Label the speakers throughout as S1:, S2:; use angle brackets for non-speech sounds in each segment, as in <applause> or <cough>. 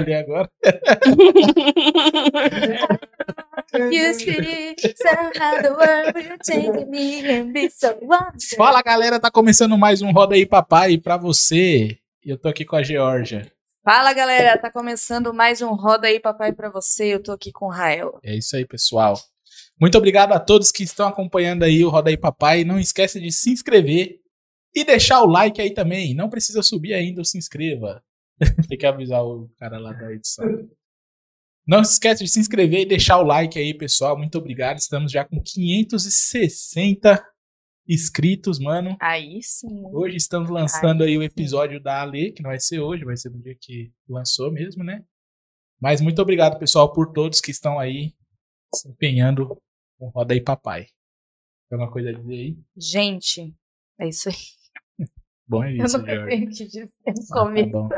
S1: ali agora.
S2: You see, somehow the world will change me and be so wonderful.
S1: Fala galera, tá começando mais um Roda aí Papai pra você. E Eu tô aqui com a Georgia.
S2: Fala galera, tá começando mais um Roda aí Papai pra você, eu tô aqui com o Rael.
S1: É isso aí, pessoal. Muito obrigado a todos que estão acompanhando aí o Roda aí Papai. Não esquece de se inscrever e deixar o like aí também. Não precisa subir ainda, se inscreva. <laughs> Tem que avisar o cara lá da edição. Não se esquece de se inscrever e deixar o like aí, pessoal. Muito obrigado. Estamos já com 560 inscritos, mano.
S2: Aí sim.
S1: Hoje estamos lançando aí o episódio da Ale, que não vai ser hoje, vai ser no dia que lançou mesmo, né? Mas muito obrigado, pessoal, por todos que estão aí se empenhando com Roda aí Papai. Tem alguma coisa a dizer aí?
S2: Gente, é isso aí.
S1: Bom é isso,
S2: eu não
S1: Jorge.
S2: tenho o que dizer no
S1: Ah, tá
S2: começo.
S1: bom.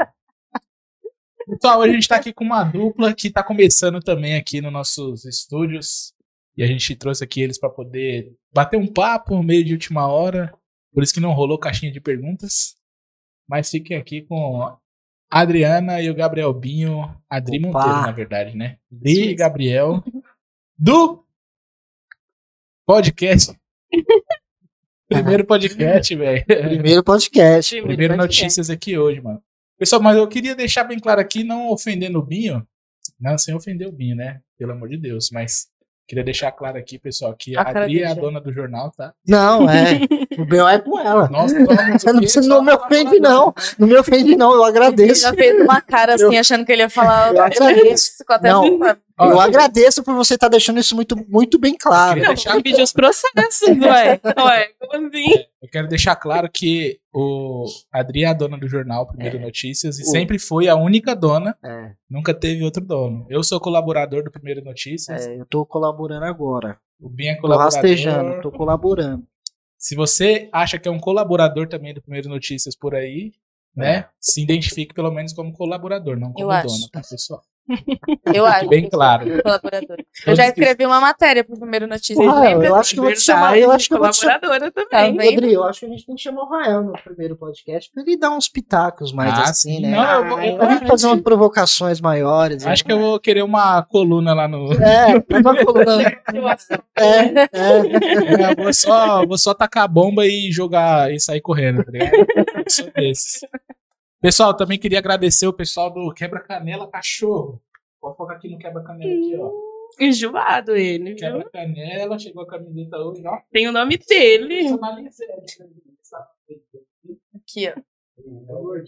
S1: Pessoal, hoje a gente tá aqui com uma dupla que tá começando também aqui nos nossos estúdios. E a gente trouxe aqui eles para poder bater um papo meio de última hora. Por isso que não rolou caixinha de perguntas. Mas fiquem aqui com a Adriana e o Gabriel Binho. Adri
S3: Opa.
S1: Monteiro, na verdade, né? Adri e Gabriel. Do podcast. Primeiro podcast, velho.
S3: Primeiro podcast.
S1: Primeiro
S2: podcast.
S1: notícias aqui hoje, mano. Pessoal, mas eu queria deixar bem claro aqui, não ofendendo o Binho. Não, sem ofender o Binho, né? Pelo amor de Deus. Mas queria deixar claro aqui, pessoal, que a
S2: A cara
S1: Adri é
S2: dele
S1: a
S2: já.
S1: dona do jornal, tá?
S3: Não, é. O B.O. é com ela.
S1: Nossa, pelo amor
S3: <laughs>
S1: de
S3: Não
S1: Deus,
S3: precisa-
S1: só né?
S3: não me
S1: falar
S3: ofende,
S1: palavrão.
S3: não. Não me ofende, não. Eu
S2: Ele
S3: agradeço.
S2: já fez uma cara assim, achando que ele ia falar.
S3: Eu
S2: "Eu
S3: agradeço.
S2: ficou até
S3: Não.
S2: preocupado."
S1: Ó,
S3: Eu agradeço por você estar deixando isso muito, muito bem claro.
S1: Queria
S4: Não,
S1: deixar-
S4: vou pedir os processos, ué. Ué, como assim?
S1: Eu quero deixar claro que o a Adri é a dona do jornal, Primeiro Notícias, e
S3: É. O-
S1: sempre foi a única dona,
S3: É,
S1: nunca teve outro dono. Eu sou colaborador do Primeiro Notícias,
S3: é, eu tô colaborando agora.
S1: o Binho é
S3: Tô
S1: colaborador.
S3: rastejando, tô colaborando.
S1: Se você acha que é um colaborador também do Primeiro Notícias por aí, né? Se identifique pelo menos como colaborador, não como
S2: Eu acho.
S1: dono, tá, pessoal?
S2: Eu acho.
S1: Tá Bem claro. <laughs>
S2: Colaboradora. Eu
S1: Todos
S2: já
S1: que-
S2: escrevi uma matéria pro primeiro notícia.
S3: Ah,
S2: lembra?
S3: eu acho que eu vou te chamar. Eu acho que eu vou te chamar.
S4: colaboradora também.
S2: Também.
S3: Rodrigo, eu acho que a gente tem que chamar o Rael no primeiro podcast pra ele dar uns pitacos mais
S1: Ah,
S3: assim,
S1: sim.
S3: né?
S1: Não, eu vou- eu-
S3: Pra gente fazer umas provocações maiores. né?
S1: Acho que eu vou querer uma coluna lá no. <laughs>
S3: É, eu vou colocar- é, é.
S1: Eu vou só, vou só tacar a bomba e jogar e sair correndo, tá ligado? Eu sou desses. Pessoal, também queria agradecer o pessoal do Quebra Canela Cachorro. Vou focar aqui no Quebra Canela aqui, ó.
S3: Hum,
S4: Enjoado ele, viu?
S1: Quebra Canela, chegou a camiseta hoje, ó. é
S4: Tem o nome dele.
S1: né,
S2: Aqui, ó.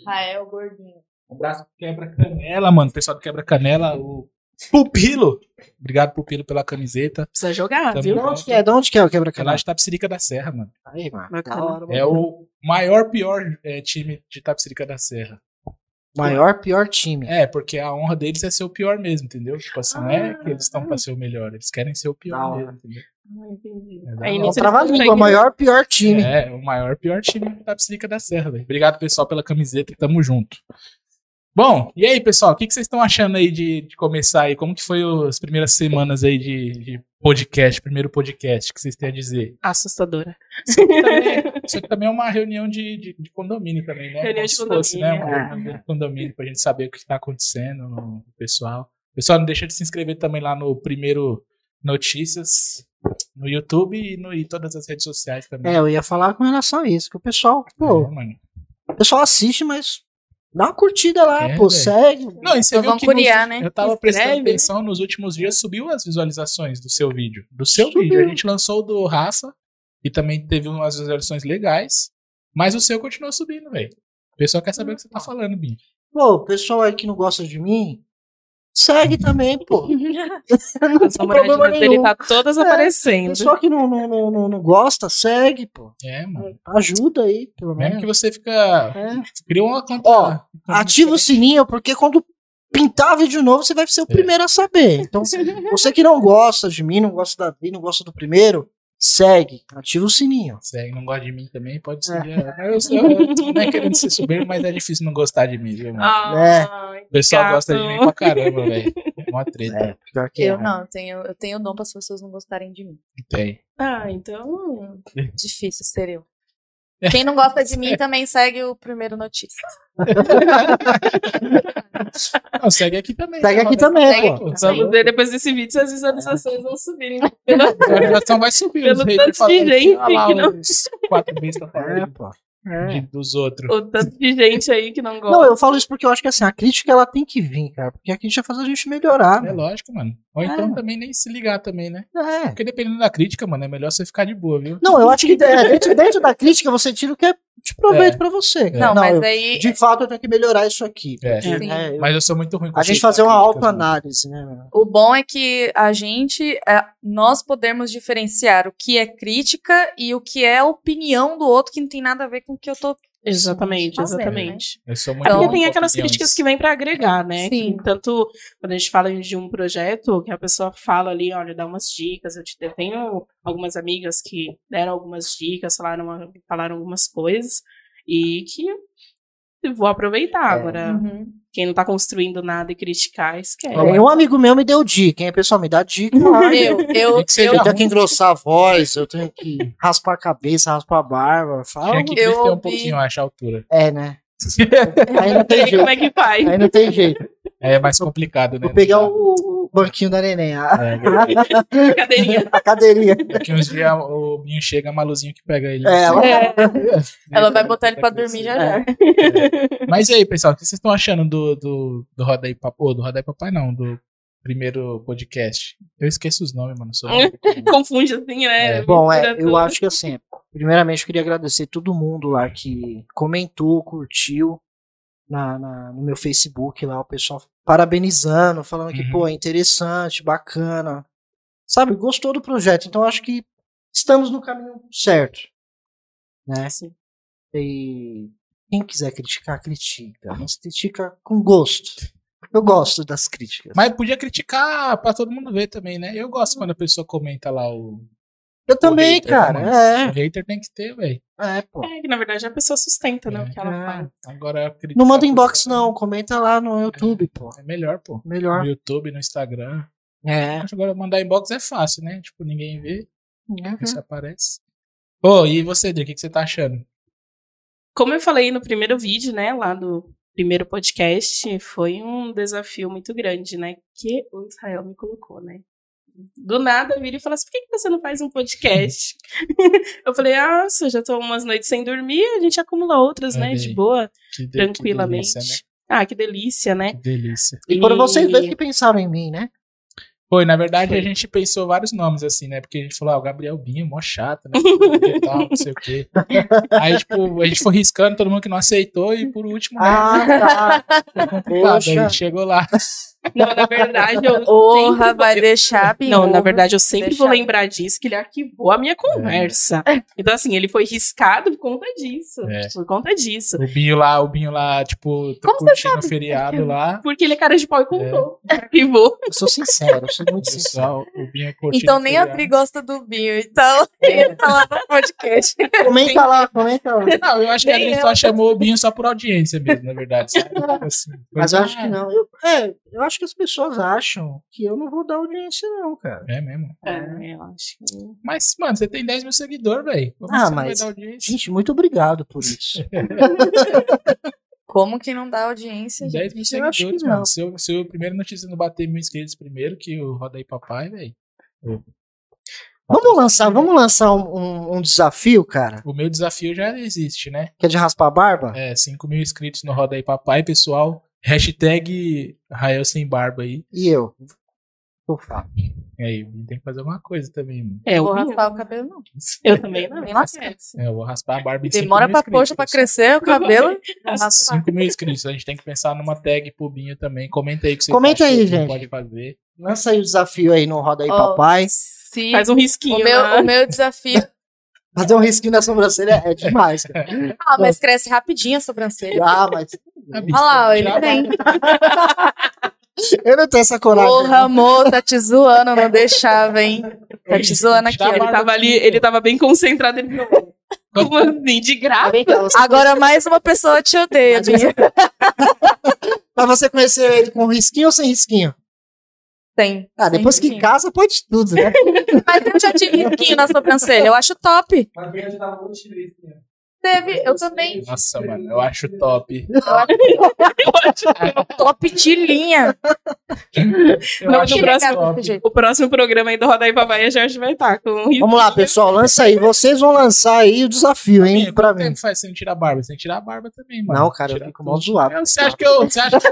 S2: Rael Gordinho.
S1: Um abraço pro quebra-canela, mano. Pessoal do quebra-canela, o Pupilo. Obrigado, Pupilo, pela camiseta.
S4: Precisa jogar,
S1: Também.
S4: viu?
S3: De onde que é? De onde que é o
S1: É lá
S3: quebra-cabeça?
S1: de Tapsirica da Serra, mano.
S3: Aí, mano.
S4: Bacana.
S3: da hora,
S1: É o maior, pior eh, time de Tapsirica da Serra.
S3: Maior, pior time.
S1: É, porque a honra deles é ser o pior mesmo, entendeu? Tipo assim, não é que eles estão pra ser o melhor, eles querem ser o
S3: Ah. Da
S1: pior
S3: hora.
S1: mesmo, entendeu? É, da
S4: Aí
S3: É
S1: hora.
S3: o
S4: nisso
S3: trava-língua, maior, pior time.
S1: É, o maior, pior time da Tapsirica da Serra, velho. Obrigado, pessoal, pela camiseta. Tamo junto. Bom, e aí, pessoal, o que, que vocês estão achando aí de, de começar aí? Como que foi o- as primeiras semanas aí de, de podcast, primeiro podcast, o que vocês têm a dizer?
S4: Assustadora.
S1: Também- isso aqui também é uma reunião de, de- de condomínio também, né?
S4: Reunião
S1: Como
S4: de
S1: se fosse, né,
S4: condomínio.
S1: uma reunião de condomínio, pra gente saber o que tá acontecendo no pessoal. Pessoal, não deixa de se inscrever também lá no Primeiro Notícias, no YouTube e no- em todas as redes sociais também.
S3: É, eu ia falar com relação a isso, que o pessoal,
S1: É,
S3: pô,
S1: mano.
S3: o pessoal assiste, mas dá uma curtida lá,
S1: É,
S3: pô,
S1: velho.
S3: segue.
S1: Não, e você
S2: Então
S1: viu
S2: vamos
S1: que
S2: curiar,
S1: nos-
S2: né?
S1: eu tava prestando
S4: Escreve, né?
S1: atenção nos últimos dias, subiu as visualizações do seu vídeo. Do seu
S3: Subiu.
S1: vídeo. A gente lançou o do Raça, e também teve umas visualizações legais, mas o seu continua subindo, velho. O pessoal quer saber o que você tá
S3: Uhum.
S1: falando, Binho.
S3: Pô, o pessoal aí que não gosta de mim,
S1: Uhum.
S3: segue também,
S2: <laughs>
S3: pô. Não
S4: As
S3: tem problema
S4: namoradinhas dele
S3: nenhum.
S4: tá todas
S3: É, O
S4: aparecendo.
S3: pessoal que não, não, não, não, não gosta, segue, pô.
S1: É, mano.
S3: Uhum. Ajuda aí, pelo
S1: Mesmo
S3: menos.
S1: É que você fica.
S3: É.
S1: <laughs> Cria uma conta.
S3: Ó, Ativa o sininho, porque quando pintar vídeo novo, você vai ser o
S1: É.
S3: primeiro a saber. Então, você que não gosta de mim, não gosta da Vi, não gosta do primeiro, segue, ativa o sininho.
S1: Segue, não gosta de mim também, pode
S3: É.
S1: seguir. ela. Mas Eu, eu, eu, não é querendo ser soberbo, mas é difícil não gostar de mim, viu,
S3: Ah,
S1: mano?
S4: Ah, Ai,
S1: O pessoal
S4: gato.
S1: gosta de mim pra caramba, velho. É uma treta.
S3: É, pior que
S2: Eu
S3: é.
S2: não, eu tenho, eu tenho dom para
S3: É.
S2: as pessoas não gostarem de mim.
S1: Tem.
S4: Ah, tá, então.
S2: Difícil ser eu. Quem não gosta de mim também segue o primeiro notícias.
S1: Não, segue aqui também.
S3: Segue
S1: né,
S3: aqui
S1: Roda?
S2: Segue
S3: também, pô.
S1: Pô,
S4: Vamos
S1: sabe?
S4: ver depois desse vídeo se as
S3: É.
S4: visualizações vão subir. Pelo
S3: <laughs>
S1: A visualização vai subir.
S4: Pelo
S1: os haters
S4: tanto de
S1: falando assim,
S4: gente
S1: "Ah lá,
S4: que não-
S1: os quatro <laughs> bestas
S3: É,
S1: falando
S3: pô.
S1: de- dos outros.
S4: o tanto de gente aí que não gosta.
S3: Não, eu falo isso porque eu acho que assim, a crítica ela tem que vir, cara. Porque a crítica faz a gente melhorar.
S1: É
S3: mano.
S1: lógico, mano. Ou
S3: É.
S1: então também nem se ligar também, né?
S3: É.
S1: Porque dependendo da crítica, mano, é melhor você ficar de boa, viu?
S3: Não, eu
S1: <laughs>
S3: acho que é, dentro, dentro da crítica você tira o que é de proveito pra você. cara.
S2: Não, mas
S3: eu-
S2: aí.
S3: de fato eu tenho que melhorar isso aqui.
S1: É.
S3: porque,
S2: Sim.
S3: né, eu-
S1: Mas eu sou muito ruim com
S3: a gente
S1: aceitar
S3: fazer uma
S1: críticas, mano.
S3: autoanálise, né? mano?
S2: O bom é que a gente, é, nós podemos diferenciar o que é crítica e o que é opinião do outro que não tem nada a ver com o que eu tô.
S4: Exatamente,
S2: Fazendo,
S3: né?
S4: exatamente.
S1: Eu sou muito
S4: É
S1: ruim
S4: porque
S1: com
S4: tem aquelas
S1: opiniões.
S4: críticas que vêm para agregar, né?
S2: Sim.
S4: Que tanto quando a gente fala de um projeto, que a pessoa fala ali, olha, dá umas dicas. Eu, te, eu tenho algumas amigas que deram algumas dicas, falaram, falaram algumas coisas, e que eu vou aproveitar.
S1: É.
S4: Agora,
S2: Uhum.
S4: quem não tá construindo nada e criticar, esquece.
S1: Não, mas-
S3: É, um amigo meu me deu dica, hein? O pessoal me dá dica. lá, <laughs>
S2: Eu, eu,
S1: Tem que ser
S2: eu,
S3: Eu tenho que engrossar a voz, eu tenho que raspar a cabeça, raspar a barba. Fala.
S1: Tinha que
S2: Eu
S1: crescer um
S2: ouvi-
S1: pouquinho, eu acho, a altura.
S3: É, né?
S1: <laughs>
S3: Aí não tem
S4: Sei
S3: jeito.
S4: como é que faz.
S3: Aí não tem jeito.
S1: É mais complicado, né?
S3: Vou pegar
S1: <laughs> Não dá.
S3: o, o banquinho da
S1: <laughs>
S3: neném, a,
S1: É,
S4: <laughs> Cadeirinha.
S3: a cadeirinha.
S1: daqui uns dias o Binho chega, a Maluzinho que pega ele.
S3: É, ela-
S2: É,
S1: tá
S2: ela vai botar ele pra
S1: Vai
S2: dormir já
S1: crescer.
S2: já.
S1: Mas e aí, pessoal, o que vocês estão achando do, do, do Roda aí Papai? Do Roda aí Papai, não, do primeiro podcast. Eu esqueço os nomes, mano. Sou
S3: <laughs>
S4: Confunde assim, né?
S1: É.
S3: Bom, é,
S4: Mistura
S3: eu
S4: tudo.
S3: acho que assim, primeiramente eu queria agradecer todo mundo lá que comentou, curtiu na, na- no meu Facebook lá, o pessoal parabenizando, falando que,
S1: Uhum.
S3: pô, é interessante, bacana. Sabe, gostou do projeto, então eu acho que estamos no caminho certo. Né?
S4: Sim.
S3: E quem quiser criticar, critica. Mas critica com gosto. Eu gosto das críticas.
S1: Mas podia criticar pra todo mundo ver também, né? Eu gosto quando a pessoa comenta lá o.
S3: eu também,
S1: hater, né,
S3: cara.
S1: O hater tem que ter, velho.
S3: É, é, pô.
S4: É que na verdade a pessoa sustenta, né? O que ela
S3: É.
S4: fala.
S1: Agora criticar
S3: Não manda
S1: a
S3: inbox,
S1: pessoa-
S3: não. Ah. Comenta lá no YouTube, pô.
S1: tá É melhor, pô.
S3: Melhor.
S1: No YouTube, no Instagram.
S3: É.
S1: Acho que agora mandar inbox é fácil, né? Tipo, ninguém vê,
S4: Uhum.
S3: Uhum.
S1: você aparece. Ô, e você, Dri, o que, que você tá achando?
S4: Como eu falei no primeiro vídeo, né, lá do primeiro podcast, foi um desafio muito grande, né, que o Israel me colocou, né. Do nada vira e fala assim: por que, que você não faz um podcast? <laughs> eu falei: ah, eu já tô umas noites sem dormir, a gente acumula outras, né,
S1: Olha
S4: de
S1: aí.
S4: boa,
S1: Que de-
S4: tranquilamente.
S1: Que delícia,
S4: Ah, que delícia, né?
S1: né? Que delícia.
S3: E foram
S4: E-
S3: vocês dois que pensaram em mim, né?
S1: Foi, na verdade,
S4: Foi.
S1: a gente pensou vários nomes, assim, né? Porque a gente falou, ah, o Gabriel Binho, mó chato,
S2: <laughs>
S1: né? E tal, não sei o quê. Aí, tipo, a gente foi riscando todo mundo que não aceitou e por último, né?
S3: Ah, tá.
S1: Foi complicado.
S3: <laughs> poxa.
S1: A gente chegou lá.
S4: <laughs> Não, na
S2: <laughs>
S4: verdade, eu.
S2: Orra,
S4: sempre-
S2: vai deixar bem.
S4: Não, na verdade, eu sempre
S2: Deixa
S4: vou
S2: eu-
S4: lembrar disso, que ele arquivou a minha conversa. Então, assim, ele foi riscado por conta disso.
S1: É.
S4: Por conta disso.
S1: O Binho lá, o Binho lá, tipo, tá
S2: Como você
S1: curtindo o feriado lá.
S4: Porque ele é cara de pau e contou. <laughs> Arquivou.
S3: Eu sou sincero, eu sou muito sincero.
S1: Pessoal, o Binho é curtindo
S2: Então
S1: o
S2: nem a
S1: feriado.
S2: Pri gosta do Binho, então <laughs> ele tá lá no podcast.
S3: Comenta lá, comenta lá.
S1: Não, eu acho que a
S2: Nem
S1: gente
S2: eu.
S1: só chamou o Binho só por audiência mesmo, na verdade. sabe? Tipo assim,
S3: Mas
S1: foi-
S3: eu acho que não. Eu, é, eu acho que as pessoas acham que eu não vou dar audiência, não, cara.
S1: É mesmo.
S4: É, eu acho que.
S1: Mas, mano, você tem 10 mil seguidores, velho. Como
S3: Ah,
S1: você não vai
S3: mas-
S1: dar audiência?
S3: Gente, muito obrigado por <laughs> isso.
S2: Como que não dá audiência,
S1: 10
S2: gente?
S1: mil
S3: eu acho que
S1: seguidores,
S3: não.
S1: mano. Se eu, se eu primeiro notícia não bater mil inscritos primeiro, que o Roda aí Papai, velho.
S3: Vamos lançar, vamos lançar um, um- um desafio, cara,
S1: O meu desafio já existe, né?
S3: que é de raspar a barba?
S1: É, 5 mil inscritos no Roda aí Papai, pessoal. Hashtag Rael Sem Barba aí. É,
S3: E eu? Eu falo.
S1: E aí, tem que fazer alguma coisa também, mano.
S4: É,
S2: Eu vou
S4: eu,
S2: raspar o cabelo, não.
S4: eu também não.
S2: Nem lasca.
S4: Acontece.
S1: É, eu vou raspar a barba em 5 mil
S2: Demora pra
S1: inscritos,
S2: coxa pra
S1: pessoal.
S2: crescer o cabelo.
S4: é
S2: Não raspar.
S1: 5 mil inscritos. A gente tem que pensar numa tag pro Binho também. Comenta aí o que você
S3: Comenta aí, gente.
S1: pode fazer.
S3: Lança aí o desafio aí no Roda aí,
S2: Ó,
S3: papai.
S2: Se
S4: Faz um risquinho.
S2: o, meu,
S4: né?
S2: o meu desafio.
S3: Fazer um risquinho na sobrancelha é demais, <laughs> cara.
S2: Ah, mas cresce rapidinho a sobrancelha.
S3: Ah, mas.
S1: Ah, bicho,
S2: Olha lá, ó,
S1: tirar a
S2: ele tem.
S3: Eu não tenho essa coragem.
S2: Porra, amor, tá te zoando, não deixava, hein? Tá te zoando aqui.
S1: Tirar a
S2: ó.
S4: Ele
S1: barba
S4: tava ali,
S1: aqui,
S4: ele tava bem concentrado. Ele falou, como assim? De graça?
S3: Vem cá, você-
S2: Agora mais uma pessoa te odeia,
S3: Mas você-
S2: Binho.
S3: Mas você conheceu ele com risquinho ou sem risquinho?
S2: Tem.
S3: Ah, depois
S2: Sim,
S3: que
S2: sim.
S3: casa, pode tudo, né?
S2: Mas eu já tive riquinho na um sobrancelha, eu acho top.
S1: Mas eu já tava muito chinês, né?
S2: Teve, eu também.
S1: Nossa, mano, eu acho top.
S2: Eu acho
S4: Eu acho
S2: top de linha.
S1: Eu
S4: Não,
S1: acho é
S4: no próximo-
S1: top.
S2: desse jeito.
S4: O próximo programa aí do Roda aí Papai, a Jorge vai estar com
S3: <laughs>
S4: um
S3: Vamos lá, pessoal, lança aí. Vocês vão lançar aí o desafio, hein,
S1: Amigo,
S3: pra
S1: quanto
S3: mim.
S1: tempo faz você não tirar a barba? Você tem que tirar a barba também, mano.
S3: Não, cara, eu
S1: Tirar
S3: fico
S1: tudo.
S3: mal zoado.
S1: Você acha que eu. Você acha que,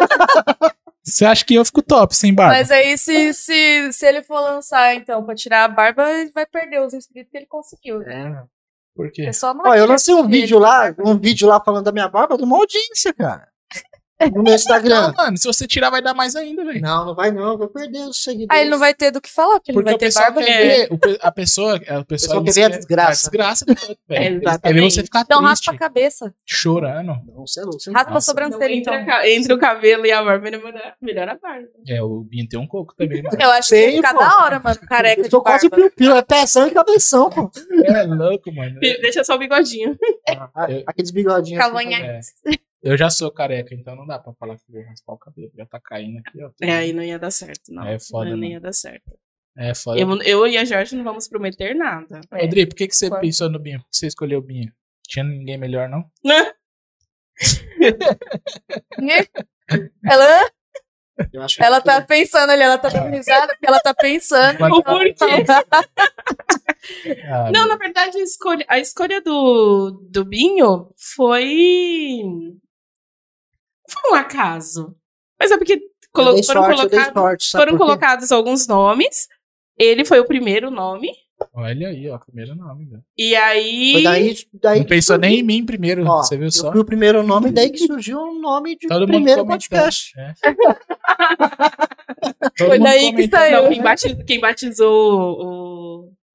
S1: <laughs> você acha que eu fico top sem barba?
S2: Mas aí, se, se, se ele for lançar, então, pra tirar a barba, ele vai perder os inscritos que é ele conseguiu. O
S3: É.
S1: Por quê?
S2: pessoal não
S3: Ó,
S2: vai
S3: eu
S2: querer
S3: lancei um
S2: assistir
S3: vídeo
S2: ele.
S3: lá, um vídeo lá falando da minha barba de uma
S2: <laughs>
S3: audiência, cara. No meu
S1: Não,
S3: Instagram.
S1: mano, se você tirar vai dar mais ainda, velho.
S3: Não, não vai não, eu vou perder os seguidores.
S2: Aí Ah, ele não vai ter do que falar, porque ele não
S1: Porque
S2: vai
S1: o
S2: ter
S1: pessoal
S2: barba.
S1: quer ver. o pe- a pessoa. é, A pessoa
S3: pessoal quer ver a
S1: quer-
S3: desgraça.
S1: A desgraça do outro, velho.
S2: <laughs>
S1: Eles querem ver
S4: Exatamente.
S1: você ficar
S2: Então
S1: triste,
S2: raspa a cabeça.
S1: chorando.
S3: Não, você é louco, você não-
S2: Raspa
S1: Nossa.
S2: a
S4: Não,
S2: sobrancelha,
S4: entre,
S2: então.
S4: a ca- entre o cabelo e a barba, ele melhora, melhora a barba.
S1: É, o Binho tem um coco também, mano.
S2: Eu acho que ia
S3: Sei,
S2: ficar
S3: pô.
S2: da hora, mano, careca
S3: Eu
S2: de
S3: tô quase
S2: barba.
S3: piu-piu, é peção e cabeção,
S2: <laughs>
S3: pô.
S1: É louco, mano.
S4: Deixa só o bigodinho.
S3: Ah, Aqueles bigodinhos. assim,
S2: Cavanhaque.
S1: É. Eu já sou careca, então não dá pra falar que eu vou raspar o cabelo. Já tá caindo aqui, ó.
S4: É, aí não ia dar certo, não.
S1: É foda,
S4: Não
S1: mano.
S4: ia dar certo.
S1: É foda.
S4: Eu, eu e a Jorge não vamos prometer nada.
S2: É.
S1: Rodrigo, por que, que você
S2: Quando?
S1: pensou no Binho? Por que você escolheu o Binho? Tinha ninguém melhor, não?
S2: Ela,
S3: eu acho que-
S2: ela tá pensando ali, ela tá dando risada, porque ela tá pensando. tá
S4: O porquê?
S1: Ah,
S4: Não, na verdade, a escolha, a escolha do, do Binho foi. Foi um acaso. Mas é porque
S3: Eu
S4: colo-
S3: dei
S4: foram,
S3: sorte, eu dei
S4: colocados-
S3: sorte, sabe
S4: foram
S3: por quê?
S4: colocados alguns nomes. Ele foi o primeiro nome.
S1: Olha aí, ó. Primeiro nome, velho.
S4: E aí.
S3: Foi daí, daí
S1: Não
S3: que
S1: pensou
S3: surgiu.
S1: nem em mim primeiro,
S3: Ó,
S1: você viu
S3: eu
S1: só? Hum.
S3: fui o primeiro nome, daí que surgiu o nome de
S1: Todo mundo
S3: primeiro
S1: comentando.
S3: podcast.
S2: <laughs>
S1: É.
S2: Foi daí que
S4: Não,
S2: saiu.
S4: quem, batiz- quem batizou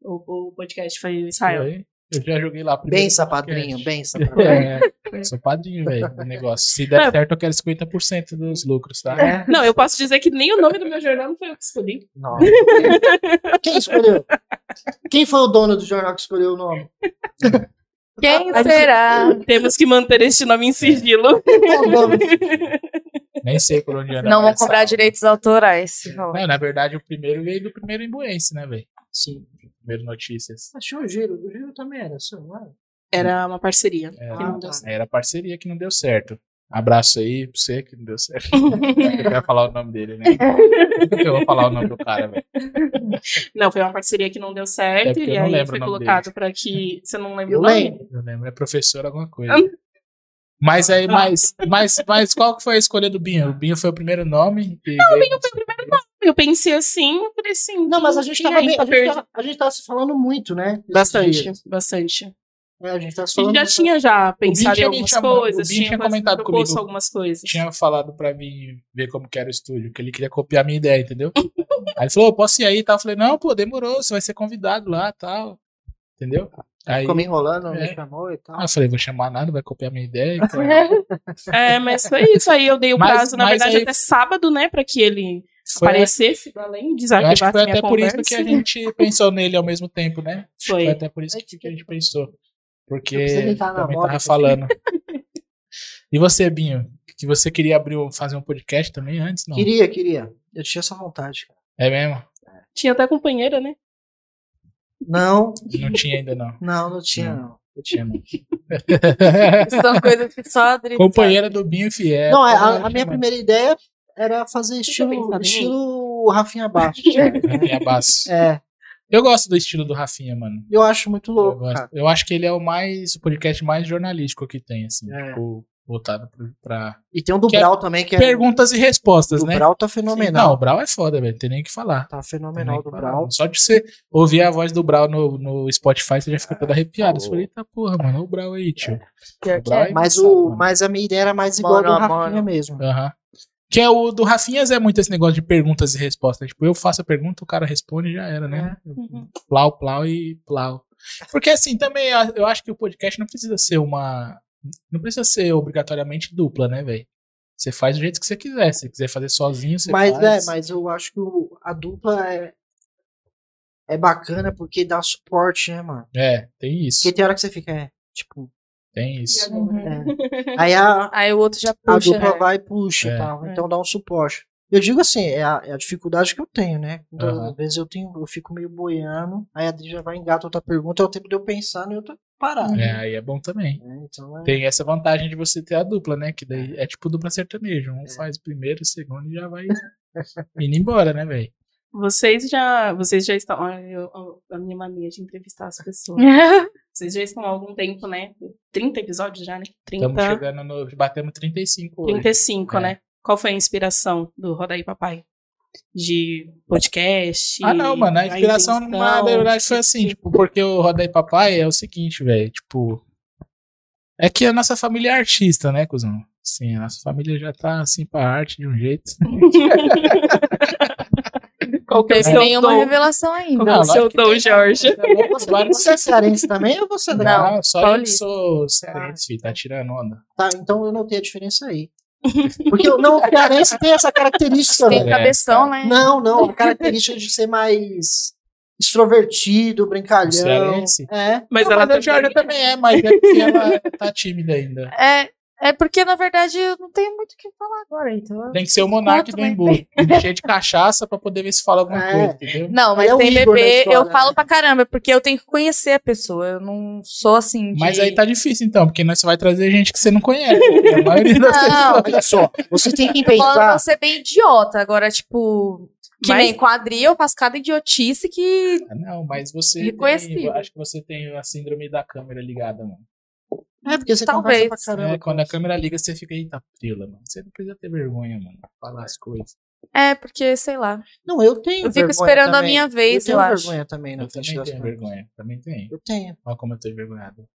S4: o, o, o podcast foi o Israel.
S1: Aí, Eu já joguei lá primeiro.
S3: Bença, padrinho,
S1: podcast.
S3: bença. padrinho.
S1: <laughs> É, sou padrinho, velho, do negócio. Se der
S4: Não.
S1: certo, eu quero 50% dos lucros, tá?
S3: É.
S4: Não, eu posso dizer que nem o nome do meu jornal não foi eu que escolhi.
S3: Não. <laughs> Quem escolheu? Quem foi o dono do jornal que escolheu o nome?
S2: Quem será?
S4: Temos que manter este nome em sigilo.
S3: Qual o nome?
S1: Nem sei por onde andar.
S2: Não vão
S1: essa
S2: cobrar
S1: aula.
S2: direitos autorais. se falar.
S1: Não, na verdade, o primeiro veio do primeiro imbuense, né, velho?
S3: Sim.
S1: Primeiro Notícias.
S3: Achei o giro. O giro também era seu, não era?
S4: Era uma parceria.
S1: É,
S4: que não deu certo.
S1: era parceria que não deu certo. Abraço aí pra você que não deu certo. <laughs> eu quero falar o nome dele, né? Eu vou falar o nome do cara, velho.
S4: Não, foi uma parceria que não deu
S1: É
S4: certo.
S1: porque
S4: e
S1: eu não
S4: aí
S1: lembro
S4: foi
S1: o nome
S4: colocado
S1: <laughs>
S4: pra que. Você não lembra
S3: Eu
S4: o nome?
S3: lembro.
S1: Eu lembro, é professor alguma coisa. Mas aí, mas, mas, mas qual que foi a escolha do Binho? O Binho foi o primeiro nome? assim, não, o Binho foi o primeiro nome.
S4: Eu pensei assim, eu falei assim.
S3: Não, mas a gente
S4: e
S3: tava
S4: aí,
S3: bem. A gente
S4: perdi-
S3: tava, a gente tava se falando muito, né? Esses
S4: Bastante,
S3: dias.
S4: bastante.
S3: É, a gente tava se
S4: A
S3: falando.
S4: gente já
S3: muito.
S4: tinha já pensado
S1: tinha
S4: em
S1: me
S4: algumas
S1: chamado- o
S4: coisas,
S1: Binho tinha comentado
S4: proposto
S1: comigo.
S4: algumas coisas.
S1: Tinha falado pra mim ver como que era o estúdio, que ele queria copiar a minha ideia, entendeu? Aí ele falou, "Ô, posso ir aí e tal? Eu falei, não, pô, demorou, você vai ser convidado lá e tal. Entendeu? Aí,
S3: Ficou me enrolando,
S1: É.
S3: me chamou e tal.
S1: Ah, eu falei, vou chamar nada, vai copiar minha ideia.
S4: <laughs>
S1: então.
S4: É, mas foi isso. Aí eu dei
S1: <laughs>
S4: o
S1: Mas-
S4: prazo, na
S1: mas
S4: verdade,
S1: aí-
S4: até sábado, né? Pra que ele
S1: Foi-
S4: aparecesse, além de
S1: eu acho que
S4: desativar
S1: foi
S4: minha
S1: até por
S4: conversa.
S1: isso que assim a gente pensou nele ao mesmo tempo, né? Foi
S4: Foi.
S1: até por isso que, que a gente pensou. Porque
S3: tipo Eu preciso
S1: também
S3: deitar na moto,
S1: tava
S3: assim.
S1: falando. E você, Binho? Que você queria abrir, um- fazer um podcast também antes, não?
S3: Queria, queria. Eu tinha essa vontade. cara.
S1: É mesmo?
S4: Tinha até companheira, né?
S3: Não,
S1: Não tinha ainda,
S3: <laughs>
S1: não.
S3: não, não tinha,
S1: Hum.
S3: não. Eu tinha.
S1: Tinha, não.
S2: São coisas que só a Drica
S1: Companheira do Binho Fiel.
S3: Não, é, a- a, a minha primeira ideia era fazer estilo,
S4: pensado nisso?
S3: estilo Rafinha Baixo.
S1: Rafinha Basso.
S3: é,
S1: Eu gosto do estilo do Rafinha, mano.
S3: eu acho muito
S1: Eu,
S3: louco,
S1: gosto.
S3: cara.
S1: Eu acho que ele é o mais o podcast mais jornalístico que tem, assim,
S3: É.
S1: tipo, voltado pro- pra.
S3: E tem um do
S1: Que é-
S3: Brau também, que é.
S1: Perguntas e respostas,
S3: do
S1: né?
S3: Brau tá
S1: Não,
S3: fenomenal.
S1: o Brau é foda, velho. Não tem nem o que falar.
S3: Tá
S1: Tem nem o
S3: fenomenal
S1: que
S3: do
S1: falar,
S3: Brau.
S1: mano. Só de você ouvir a voz do Brau no, no Spotify, você já fica todo arrepiado. Você fala, eita porra, mano, olha o Brau aí, tio.
S2: Pior
S1: O
S2: que
S1: Brau
S2: é.
S1: é
S3: Mas,
S1: embaçado,
S3: o,
S1: mano.
S3: mas a minha ideia era mais igual
S2: Mano,
S3: do Rafinha
S2: mano.
S3: mesmo.
S1: Aham. Que é o do Rafinhas é muito esse negócio de perguntas e respostas. Tipo, eu faço a pergunta, o cara responde e já era,
S3: É.
S1: né?
S4: Uhum.
S1: Plau, plau e plau. Porque assim, também eu- eu acho que o podcast não precisa ser uma. Não precisa ser obrigatoriamente dupla, né, velho? Você faz do jeito que você quiser. Se você quiser fazer sozinho, você
S3: Mas,
S1: faz.
S3: é, mas eu acho que o- a dupla é, é bacana porque dá suporte, né, mano?
S1: É, tem isso.
S3: Porque tem hora que você fica, é, tipo.
S1: Tem isso.
S2: Uhum.
S3: é. Aí a,
S2: Aí o outro já
S3: a
S2: puxa. né?
S3: dupla vai e puxa
S1: É.
S3: e tal.
S4: É.
S3: Então dá um suporte. Eu digo assim, é a, é a dificuldade que eu tenho, né? Então,
S1: Aham.
S3: Às vezes eu tenho, eu fico meio boiando, aí a Adri já vai engatar outra pergunta, é o tempo de eu pensar em outra parada.
S1: É, aí é bom também.
S3: né? Então, é-
S1: Tem essa vantagem de você ter a dupla, né? Que daí é tipo dupla sertaneja. Um faz o primeiro, o segundo e já vai indo embora, né, velho?
S4: Vocês já, vocês já estão. Olha, eu- eu- a minha mania de entrevistar as pessoas. Vocês já estão há algum tempo, né? 30 episódios já, né? 30,
S1: Estamos chegando no. Batemos 35 hoje.
S4: 35,
S1: É.
S4: né? Qual foi a inspiração do Rodaí Papai? De podcast?
S1: Ah, não, mano. A inspiração,
S4: invenção?
S1: na verdade, foi assim, tipo, porque o Rodaí Papai é o seguinte, velho, tipo. É que a nossa família é artista, né, cuzão? Sim, a nossa família já tá assim pra arte de um jeito.
S4: Qual que é o
S2: Teve
S4: seu
S2: nenhuma
S4: dom?
S2: revelação né? ainda.
S4: Qual que é o seu dom, Jorge?
S3: Você, você é cearense também ou você não?
S2: Não.
S1: Não, só eu que
S2: paulista.
S1: sou cearense, filho, tá tirando onda.
S3: Tá, então eu notei a diferença aí. Porque o não, o cearense tem essa característica,
S2: Tem
S1: É,
S3: velho.
S2: cabeção, né?
S3: Não, não, a característica de ser mais extrovertido, brincalhão.
S1: Cearense?
S3: É.
S4: Mas
S1: Não,
S4: ela tá
S1: a Georgia também é, mas é porque ela tá tímida ainda.
S2: É, é porque, na verdade, eu não tenho muito o que falar agora, então.
S1: Tem que ser o monarca do
S2: Quatro, né?
S1: Embu. <laughs> Cheio de cachaça pra poder ver se fala alguma
S3: É.
S1: coisa, entendeu?
S2: Não, mas
S3: É o
S2: tem
S3: Igor na
S2: bebê,
S3: história,
S2: eu
S3: né?
S2: falo pra caramba, porque eu tenho que conhecer a pessoa. Eu não sou assim. De...
S1: Mas aí tá difícil então, porque nós só vai trazer gente que você não
S2: <laughs>
S1: conhece. né? A maioria das
S2: Não,
S1: pessoas.
S3: Olha só, você tem que
S2: Falando pra
S3: inventar.
S2: ser bem idiota. Agora, tipo, que
S4: Mas-
S2: nem quadrilha, eu faço cada idiotice que.
S1: Não, mas você.
S2: Reconhecível.
S1: Tem, acho que você tem a síndrome da câmera ligada, mano.
S3: É, porque você
S2: Talvez.
S3: conversa pra caramba.
S1: É, quando a câmera liga, você fica, eita, prila, mano. Você não precisa ter vergonha, mano. Falar as coisas.
S2: É, porque, sei lá.
S3: Não, eu tenho
S2: Eu fico
S3: vergonha
S2: esperando a
S3: também.
S2: minha
S3: Eu
S2: vez, eu,
S3: tenho
S2: acho.
S3: vergonha também na
S1: Eu
S3: frente
S1: também
S3: das
S1: tenho
S3: câmeras.
S1: vergonha. Também tenho.
S3: Eu tenho.
S1: Olha como eu tô envergonhado.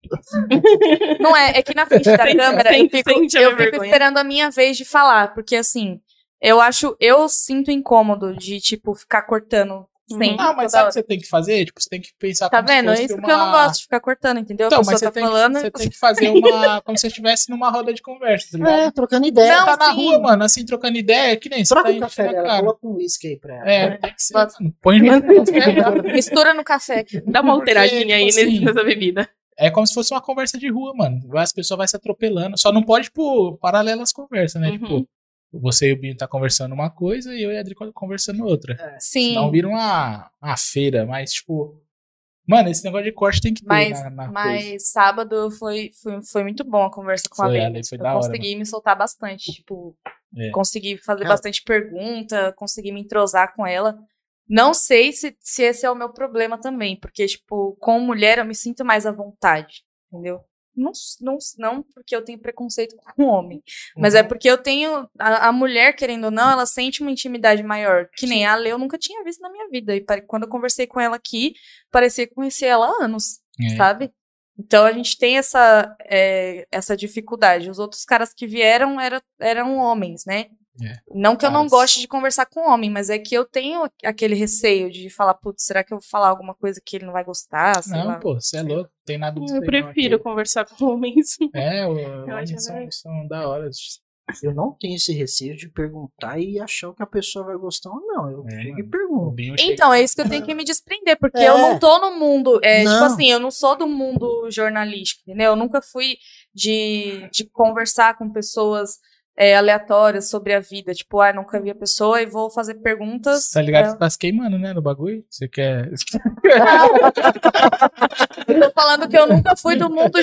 S2: Não é, é que na
S1: <laughs>
S2: frente da
S4: Sente-
S2: câmera eu
S4: sente-
S2: fico,
S4: sente a
S2: eu fico
S4: vergonha.
S2: esperando a minha vez de falar, porque assim, eu acho, eu sinto incômodo de, tipo, ficar cortando sempre.
S1: Ah, mas
S2: toda
S1: sabe o
S2: hora.
S1: que você tem que fazer? Tipo, você tem que pensar
S2: Tá
S1: como se
S2: vendo? É
S1: fosse
S2: isso
S1: uma...
S2: que eu não gosto de ficar cortando, entendeu?
S1: Então,
S2: a
S1: mas
S2: pessoa
S1: você
S2: tá
S1: tem, que-
S2: falando.
S1: você tem que fazer uma. como se você estivesse numa roda de conversa, tá ligado?
S3: É, trocando ideia.
S1: Você
S2: Não,
S1: tá na
S2: sim.
S1: rua, mano, assim, trocando ideia, que nem você
S3: Troca
S1: tá
S3: o
S1: enchendo
S3: café
S1: a
S3: dela,
S1: cara.
S3: coloca um uísque aí pra ela.
S1: É, tem que ser.
S2: Bota-
S1: mano. Põe
S2: <laughs>
S1: junto com o café dela.
S2: Mistura
S1: <laughs>
S2: no café aqui.
S4: Dá uma
S1: Porque,
S4: alteradinha aí
S1: tipo
S4: nesse-
S1: assim,
S4: nessa bebida.
S1: É como se fosse uma conversa de rua, mano. Vai- As pessoas vão se atropelando. Só não pode, tipo, paralelas as conversas, né?
S4: Uhum.
S1: Tipo, você e o Binho tá conversando uma coisa e eu e a Adri conversando outra.
S2: Sim.
S1: Não vira uma, uma feira, mas, tipo. Mano, esse negócio de corte tem que ter
S2: Mas,
S1: na, na coisa.
S2: mas sábado foi, foi, foi muito bom a conversa com
S1: Foi,
S2: a
S1: Ale,
S2: Bela. tipo,
S1: foi
S2: Eu
S1: da hora,
S2: consegui me soltar bastante, tipo,
S1: É.
S2: consegui fazer
S3: Ela-
S2: bastante pergunta, consegui me entrosar com ela. Não sei se, se esse é o meu problema também, porque, tipo, com mulher eu me sinto mais à vontade, entendeu? Não, s- não, s- não porque eu tenho preconceito <laughs> com homem, mas
S1: Uhum.
S2: é porque eu tenho. A, a mulher, querendo ou não, ela sente uma intimidade maior. Que nem a Lê, eu nunca tinha visto na minha vida. E pare- quando eu conversei com ela aqui, parecia que conhecia ela há anos
S1: É.
S2: sabe? Então a gente tem essa, é, essa dificuldade. Os outros caras que vieram era, eram homens, né?
S1: É.
S2: Não que eu não
S1: Caras.
S2: goste de conversar com homem, mas é que eu tenho aquele receio de falar, putz, será que eu vou falar alguma coisa que ele não vai gostar? Sei lá.
S1: Não, pô, você é louco. Tem nada disso aí
S4: Eu
S1: não
S4: prefiro
S1: aqui.
S4: conversar com homens.
S1: É,
S4: <laughs>
S1: o, homens
S4: acho
S1: são,
S4: legal.
S1: são da hora.
S3: Eu não tenho esse receio de perguntar e achar que a pessoa vai gostar ou não. Eu
S1: É,
S3: chego e
S1: mano. O
S3: pergunto.
S1: Binho chega-
S2: Então, é isso que eu tenho que me desprender, porque
S3: É.
S2: eu não tô no mundo. é,
S3: Não.
S2: Tipo assim, eu não sou do mundo jornalístico, entendeu? Eu nunca fui de, de conversar com pessoas é, aleatórias sobre a vida. Tipo, ah, nunca vi a pessoa e vou fazer perguntas.
S1: Tá ligado?
S2: pra
S1: Você tá se queimando, né? No bagulho? Você quer.
S2: Eu tô falando que eu nunca fui do <laughs> mundo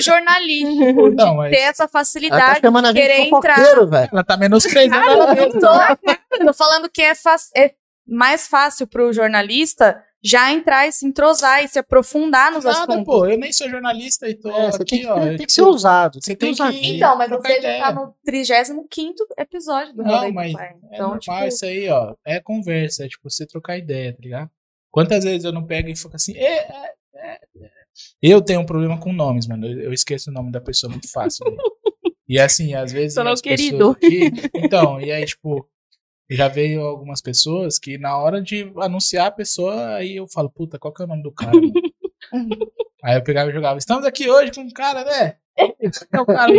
S1: Não,
S2: jornalístico, de
S1: mas-
S2: ter essa
S3: Ela tá
S2: facilidade.
S3: chamando a gente
S2: querer
S3: de fofoqueiro, velho.
S1: Ela tá menosprezando
S2: Eu
S1: ela
S2: tá não é
S1: mesmo.
S2: <laughs> tô, tô falando que é, fac- é mais fácil pro jornalista já entrar e se entrosar e se aprofundar nos
S1: Nada,
S2: assuntos.
S1: pô. Eu nem sou jornalista e tô
S3: É, você
S1: aqui,
S3: tem que,
S1: ó.
S3: tem
S1: eu,
S3: que
S1: tipo,
S3: ser ousado.
S1: você
S3: Você
S1: tem
S3: tem que um usar.
S1: que-
S2: Então, mas
S1: trocar
S2: você já
S1: ideia.
S2: tá no 35 episódio do
S1: Não,
S2: Roda aí,
S1: mas
S2: Papai.
S1: É
S2: Então,
S1: normal
S2: tipo,
S1: isso aí, ó. É conversa, é tipo você trocar ideia, tá ligado? Quantas vezes eu não pego e fico assim. "É, é, é, é". Eu tenho um problema com nomes, mano. Eu, eu esqueço o nome da pessoa muito fácil. velho. E assim, às vezes.
S4: Só não,
S1: as pessoas
S4: querido.
S1: aqui- então, e aí, tipo. Já veio algumas pessoas que na hora de anunciar a pessoa, aí eu falo, puta, qual que é o nome do cara? mano?" Aí eu pegava e jogava, estamos aqui hoje com um cara, né? <laughs> É o
S3: <laughs>
S1: cara.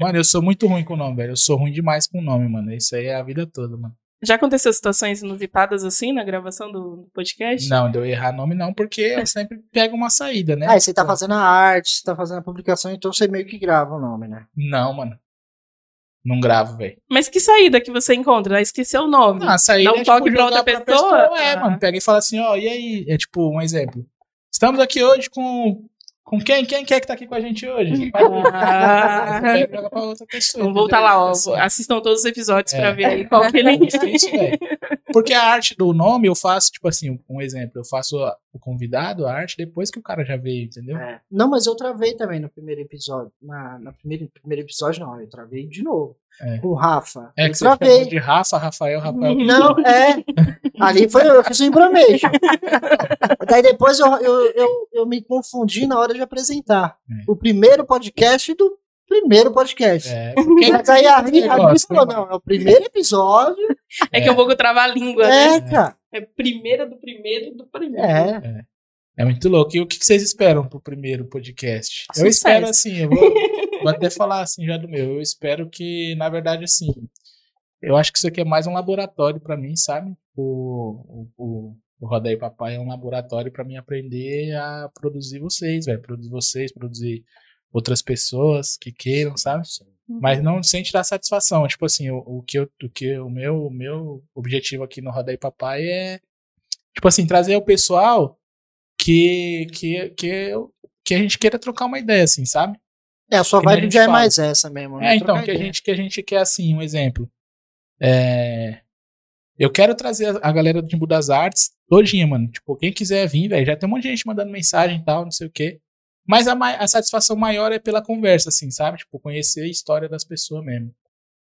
S1: Mano, eu sou muito ruim com o nome, velho. Eu sou ruim demais com o nome, mano. Isso aí é a vida toda, mano.
S4: Já aconteceu situações inusitadas assim na gravação do do podcast?
S1: Não, de eu errar nome não, porque
S4: É.
S1: eu sempre pego uma saída, né?
S3: Ah, e você tá fazendo a arte, você tá fazendo a publicação, então você meio que grava o nome, né?
S1: Não, mano. Não gravo, velho.
S4: Mas que saída que você encontra? Ah, Esqueceu o nome.
S1: Ah, a saída
S4: Dá um
S1: é,
S4: toque
S1: tipo,
S4: pra
S1: jogar
S4: outra pessoa?
S1: É,
S4: Ah.
S1: mano. Pega e fala assim, ó, e aí? É tipo, um exemplo. Estamos aqui hoje com Com quem? Quem que é que tá aqui com a gente
S4: <laughs>
S1: hoje? um Vai
S4: Ah.
S1: Vai jogar pra outra pessoa.
S4: Vamos voltar
S1: entendeu?
S4: lá, ó.
S1: Assim.
S4: Assistam todos os episódios
S1: É.
S4: pra ver aí qual que ele é.
S1: Eu gostei disso, velho. Porque a arte do nome eu faço, tipo assim, um exemplo, eu faço a- o convidado, a arte, depois que o cara já veio,
S4: Ah,
S1: entendeu?
S3: É. Não, mas eu travei também no primeiro episódio. Na, na primeira, primeiro episódio, não, eu travei de novo.
S1: É.
S3: Com o Rafa.
S1: É
S3: eu
S1: que você chamou
S3: travei.
S1: de Rafa, Rafael, Rafael. <laughs>
S4: Uhum.
S3: Não, é. Ali foi, eu fiz um embramejo. Daí depois eu, eu, eu, eu me confundi na hora de apresentar.
S1: É.
S3: O primeiro podcast do primeiro podcast.
S1: É,
S3: Mas aí a Ri a Ri
S1: Negócio,
S3: falou,
S1: né?
S3: não, é o primeiro episódio.
S4: É que eu vou travar a língua, né?
S3: É, cara.
S4: É primeiro do primeiro do primeiro.
S3: É.
S1: é muito louco. E o que que vocês esperam pro primeiro podcast? Eu
S4: Sucesso.
S1: espero, assim, eu vou, vou até falar assim já do meu. Eu espero que, na verdade, assim, eu acho que isso aqui é mais um laboratório pra mim, sabe? O, o, o, o Roda aí Papai é um laboratório pra mim aprender a produzir vocês, velho. Produzir vocês, produzir outras pessoas que queiram, sabe? Mas não sem tirar satisfação. Tipo assim, o, o que eu, o que o meu, o meu objetivo aqui no Roda aí Papai é tipo assim, trazer o pessoal que que que, eu- que a gente queira trocar uma ideia assim, sabe?
S3: É, a sua
S1: Que nem a
S3: vibe
S1: gente
S3: já é
S1: fala.
S3: mais essa mesmo. né?
S1: É, então que a
S3: Trocadilho.
S1: gente que a gente quer assim, um exemplo. É, eu quero trazer a a galera do Timbu das Artes todinha, mano. Tipo, quem quiser vir, velho, já tem um monte de gente mandando mensagem e tal, não sei o quê. Mas a, mai- a satisfação maior é pela conversa, assim, sabe? Tipo, conhecer a história das pessoas mesmo.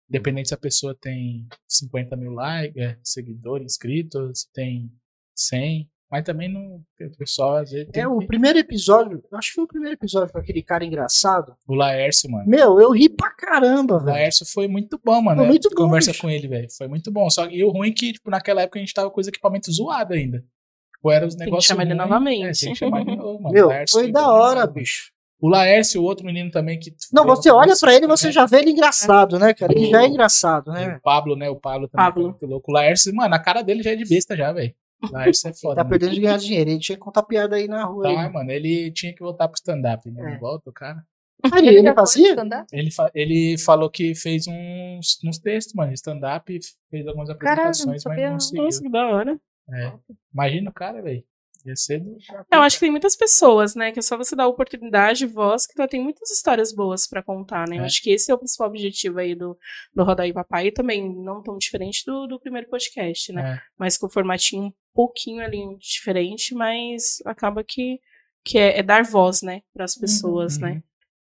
S1: Independente se a pessoa tem 50 mil likes, é, seguidores, inscritos, se tem 100. Mas também não, o pessoal às vezes tem
S3: É, o
S1: que...
S3: primeiro episódio, eu acho que foi o primeiro episódio com aquele cara engraçado.
S1: O Laércio, mano.
S3: Meu, eu ri pra caramba,
S1: O
S3: velho.
S1: Laércio foi muito bom, mano.
S3: Foi
S1: né?
S3: muito bom,
S1: Conversa
S3: bicho.
S1: com ele, velho. Foi muito bom. Só que e o ruim é que, tipo, naquela época a gente tava com os equipamentos zoados ainda. Tipo, era os
S4: que
S1: negócios.
S4: chamar ele
S1: ruins.
S4: novamente.
S1: É, tem que chamar ele de novo, mano.
S3: Meu,
S1: O Laércio
S3: foi da
S1: muito
S3: hora,
S1: bom.
S3: bicho.
S1: O Laércio, o outro menino também que.
S3: Não, você olha pra ele e
S1: já
S3: você já vê ele engraçado, né, cara? Ele já é engraçado,
S1: E
S3: né?
S1: O Pablo, né? O Pablo também.
S4: Pablo.
S1: foi Muito louco. O Laércio, mano, a cara dele já é de besta já, velho. O Laércio é foda.
S3: Tá
S1: mano.
S3: perdendo de ganhar dinheiro. Ele tinha que contar piada aí na rua.
S1: Tá,
S3: aí.
S1: mano, ele tinha que voltar pro stand-up, né?
S3: É.
S1: Não Volta, o cara.
S3: Aí
S2: Ele já
S3: ele
S2: foi
S3: fazia?
S1: <laughs>
S2: stand-up?
S1: Ele, fa- ele falou que fez uns, uns textos, mano, de stand-up, fez algumas
S2: Caralho, não
S1: apresentações,
S2: sabia não.
S1: mas não
S4: Nossa,
S1: conseguiu.
S4: que da hora.
S1: É. Imagina o cara, velho. Ia ser do.
S4: Eu acho que tem muitas pessoas, né? Que é só você dar oportunidade, voz, que ela tem muitas histórias boas pra contar, né?
S1: É.
S4: Eu acho que esse é o principal objetivo aí do, do Rodaí Papai. E também não tão diferente do, do primeiro podcast, né?
S1: É.
S4: Mas com o formatinho um pouquinho ali diferente, mas acaba que, que é, é dar voz, né? Para as pessoas, né?
S1: uhum.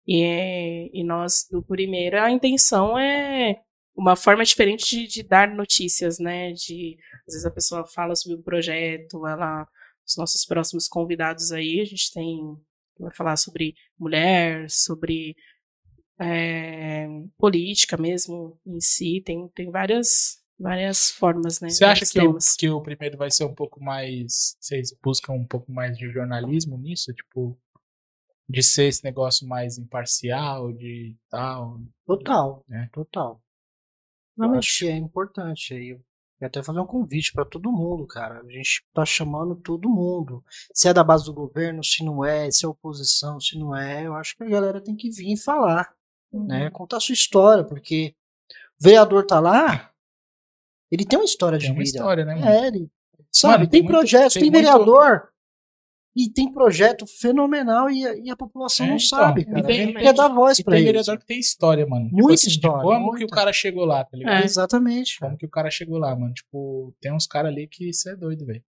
S4: E, é- e nós, do Primeiro, a intenção é uma forma diferente de, de dar notícias, né? De, às vezes a pessoa fala sobre o projeto, ela, os nossos próximos convidados aí, a gente tem, vai falar sobre mulher, sobre é, política mesmo em si, tem, tem várias, várias formas, né?
S1: Você acha
S4: vários
S1: que o,
S4: temas.
S1: que o primeiro vai ser um pouco mais. Vocês buscam um pouco mais de jornalismo nisso? Tipo, de ser esse negócio mais imparcial, de tal.
S3: Total,
S1: É.
S3: total.
S1: Eu
S3: Não, acho que é importante aí. Eu ia até fazer um convite pra todo mundo, cara. A gente tá chamando todo mundo. Se é da base do governo, se não é, se é oposição, se não é, eu acho que a galera tem que vir e falar,
S1: Uhum.
S3: né? Contar a sua história, porque o vereador tá lá, ele tem uma história de
S1: Tem uma
S3: vida.
S1: história, né, mano?
S3: É, ele, sabe,
S1: Mano, tem
S3: tem,
S1: muito-
S3: projeto,
S1: tem
S3: tem,
S1: muito-
S3: vereador. E tem projeto fenomenal e a, e a população
S1: É,
S3: não
S1: então.
S3: sabe,
S1: E
S3: cara.
S1: tem-
S3: a gente quer dar voz
S1: E
S3: pra
S1: tem
S3: eles.
S1: vereador que tem história, mano.
S3: Muita
S1: de
S3: história,
S1: como que o
S3: muita.
S1: cara chegou lá, tá ligado?
S4: É.
S3: Exatamente. cara.
S1: Como que o cara chegou lá, mano? Tipo, tem uns caras ali que isso é doido, velho.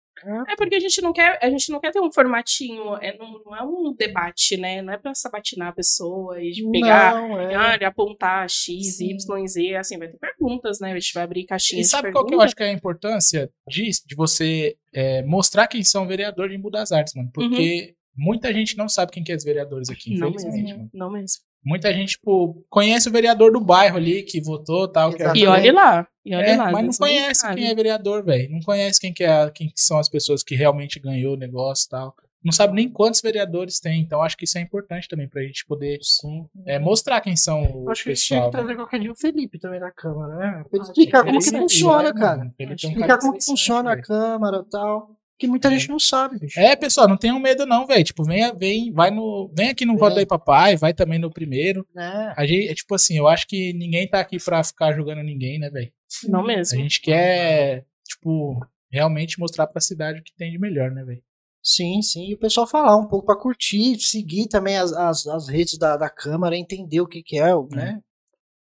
S4: É porque a gente não quer, a gente não quer ter um formatinho, é, não, não é um debate, né? Não é pra sabatinar a pessoa e de pegar,
S3: Não, é.
S4: ah, ele apontar X,
S2: Sim.
S4: Y, Z, assim, vai ter perguntas, né? A gente vai abrir caixinha
S1: E
S4: de
S1: sabe qual
S4: perguntas.
S1: que eu acho que é a importância disso? De você é, mostrar quem são vereadores de Embu das Artes,
S3: Uhum.
S1: mano. Porque muita gente não sabe quem que é os vereadores aqui,
S4: Não
S1: infelizmente,
S2: mesmo.
S1: mano.
S4: Não mesmo.
S1: Muita gente, tipo, conhece o vereador do bairro ali, que votou tal. Que
S3: Exato.
S4: E
S3: Também.
S4: olhe lá, e olhe
S1: Ah, é,
S4: lá.
S1: mas
S4: às
S1: não
S4: vezes nem
S1: conhece
S4: sabe.
S1: quem é vereador, velho. Não conhece quem que, é, quem que são as pessoas que realmente ganhou o negócio e tal. Não sabe nem quantos vereadores tem. Então, acho que isso é importante também pra gente poder
S3: Sim.
S1: é, mostrar quem são
S3: Eu
S1: os
S3: acho que a gente tinha
S1: pessoal.
S3: que
S1: né?
S3: trazer qualquer dia o Felipe também na Câmara, né? Pra ele
S4: Ah,
S3: explicar
S4: tem
S3: como
S4: que
S3: que
S4: trazer,
S3: funciona,
S1: né,
S3: cara.
S1: mano? Ele
S4: Acho
S1: tem um
S4: que
S1: cara
S3: Explicar como que
S1: interessante,
S3: funciona
S1: velho.
S3: a Câmara e tal. Que muita
S1: É.
S3: gente não sabe, bicho.
S1: É, pessoal, não tenham medo não, velho. Tipo, venha, vem, vai no, vem aqui no
S3: Vem.
S1: Roda aí Papai, vai também no primeiro.
S3: Né?
S1: A gente, é tipo assim, eu acho que ninguém tá aqui pra ficar julgando ninguém, né, velho?
S4: Não
S1: A
S4: mesmo.
S1: gente quer, tipo, realmente mostrar pra cidade o que tem de melhor, né, velho?
S3: Sim, sim. E o pessoal falar um pouco para curtir, seguir também as, as, as redes da, da Câmara, entender o que, que é, o- né?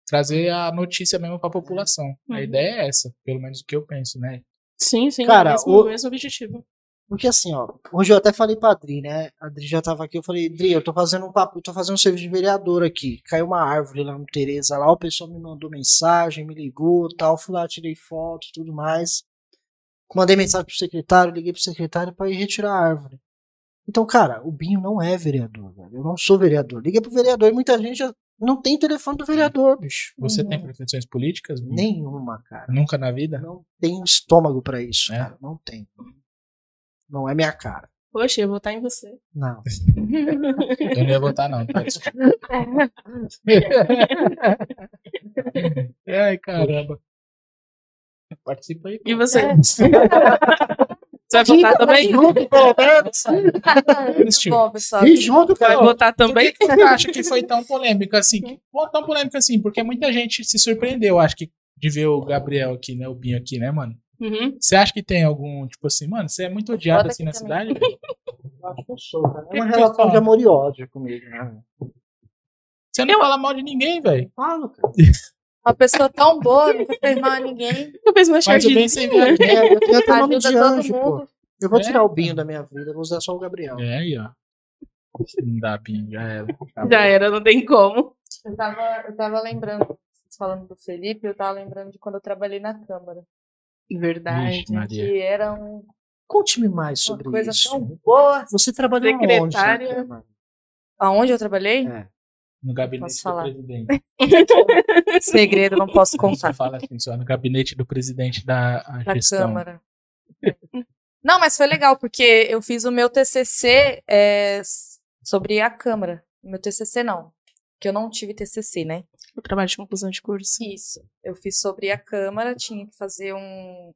S1: Trazer a notícia mesmo pra população.
S4: Uhum.
S1: A ideia é essa, pelo menos o que eu penso, né?
S4: Sim, sim.
S3: Cara,
S4: é mesmo,
S3: o-
S4: o mesmo objetivo.
S3: Porque assim, ó, hoje eu até falei pra Adri, né? A Adri já tava aqui, eu falei, Adri, eu tô fazendo um papo, eu tô fazendo um serviço de vereador aqui. Caiu uma árvore lá no Tereza, lá o pessoal me mandou mensagem, me ligou, tal, fui lá, tirei foto e tudo mais. Mandei mensagem pro secretário, liguei pro secretário pra ir retirar a árvore. Então, cara, o Binho não é vereador, velho. Eu não sou vereador. Liguei pro vereador e muita gente já não tem telefone do vereador, bicho.
S1: Você
S4: Uhum.
S1: tem pretensões políticas? Bruno?
S3: Nenhuma, cara.
S1: Nunca na vida?
S4: <laughs>
S3: Não tenho estômago pra isso,
S1: É?
S3: cara. Não tem. Não é minha cara.
S4: Poxa, eu vou estar em você.
S3: Não.
S1: Eu não ia votar, não, tá? Desculpa.
S4: É.
S1: <laughs> Ai, caramba. Participa aí.
S4: E você?
S1: <laughs>
S2: É.
S4: Você vai votar também?
S3: Junto, pelo menos.
S2: <laughs> Muito bom, pessoal.
S3: E junto,
S4: Vai
S3: cara.
S4: votar
S1: Por que
S4: também?
S1: que você acha que foi tão polêmico assim?
S2: Hum.
S1: Que- Pô, Tão polêmico assim, porque muita gente se surpreendeu, acho que, de ver o Gabriel aqui, né? O Binho aqui, né, mano?
S4: Uhum.
S1: Você acha que tem algum, tipo assim, mano, você é muito odiado
S2: Bota
S1: assim na
S2: aqui também.
S1: cidade? velho?
S3: Acho que eu sou, cara. É uma
S1: Que
S3: relação
S1: pessoal.
S3: de amor e ódio comigo, né?
S1: Você não fala mal de ninguém, velho.
S3: Falo, cara.
S2: Uma pessoa tão boa, nunca fez mal a ninguém.
S4: Eu fiz uma
S1: Mas o bem
S4: chargidinha.
S1: sem ver.
S3: É, eu tenho até nome
S2: Ajuda
S3: de
S2: todo
S3: anjo, pô.
S2: mundo.
S3: Eu vou
S1: É,
S3: tirar o Binho
S1: cara.
S3: da minha vida, vou usar só o Gabriel.
S1: É aí, ó. Não dá, Binho, já era. Tá
S4: Já era, não tem como.
S2: Eu tava, eu tava lembrando, vocês falando do Felipe, eu tava lembrando de quando eu trabalhei na Câmara.
S4: Verdade.
S1: Vixe, Maria.
S2: Que era um-
S3: Conte-me mais sobre
S2: uma coisa
S3: isso.
S2: tão boa.
S3: Você trabalhou onde?
S4: Secretária.
S2: Aonde eu trabalhei?
S3: É.
S1: No gabinete
S2: Posso
S1: do
S2: falar?
S1: presidente.
S2: Segredo,
S1: <laughs>
S2: não posso
S1: Você
S2: contar.
S1: fala assim, só no gabinete do presidente da a
S2: Da
S1: gestão.
S2: Câmara. Não, mas foi legal, porque eu fiz o meu TCC é, s- sobre a Câmara. Meu TCC não, que eu não tive TCC, né?
S4: O trabalho de conclusão de curso.
S2: Isso. Eu fiz sobre a Câmara, tinha que fazer um.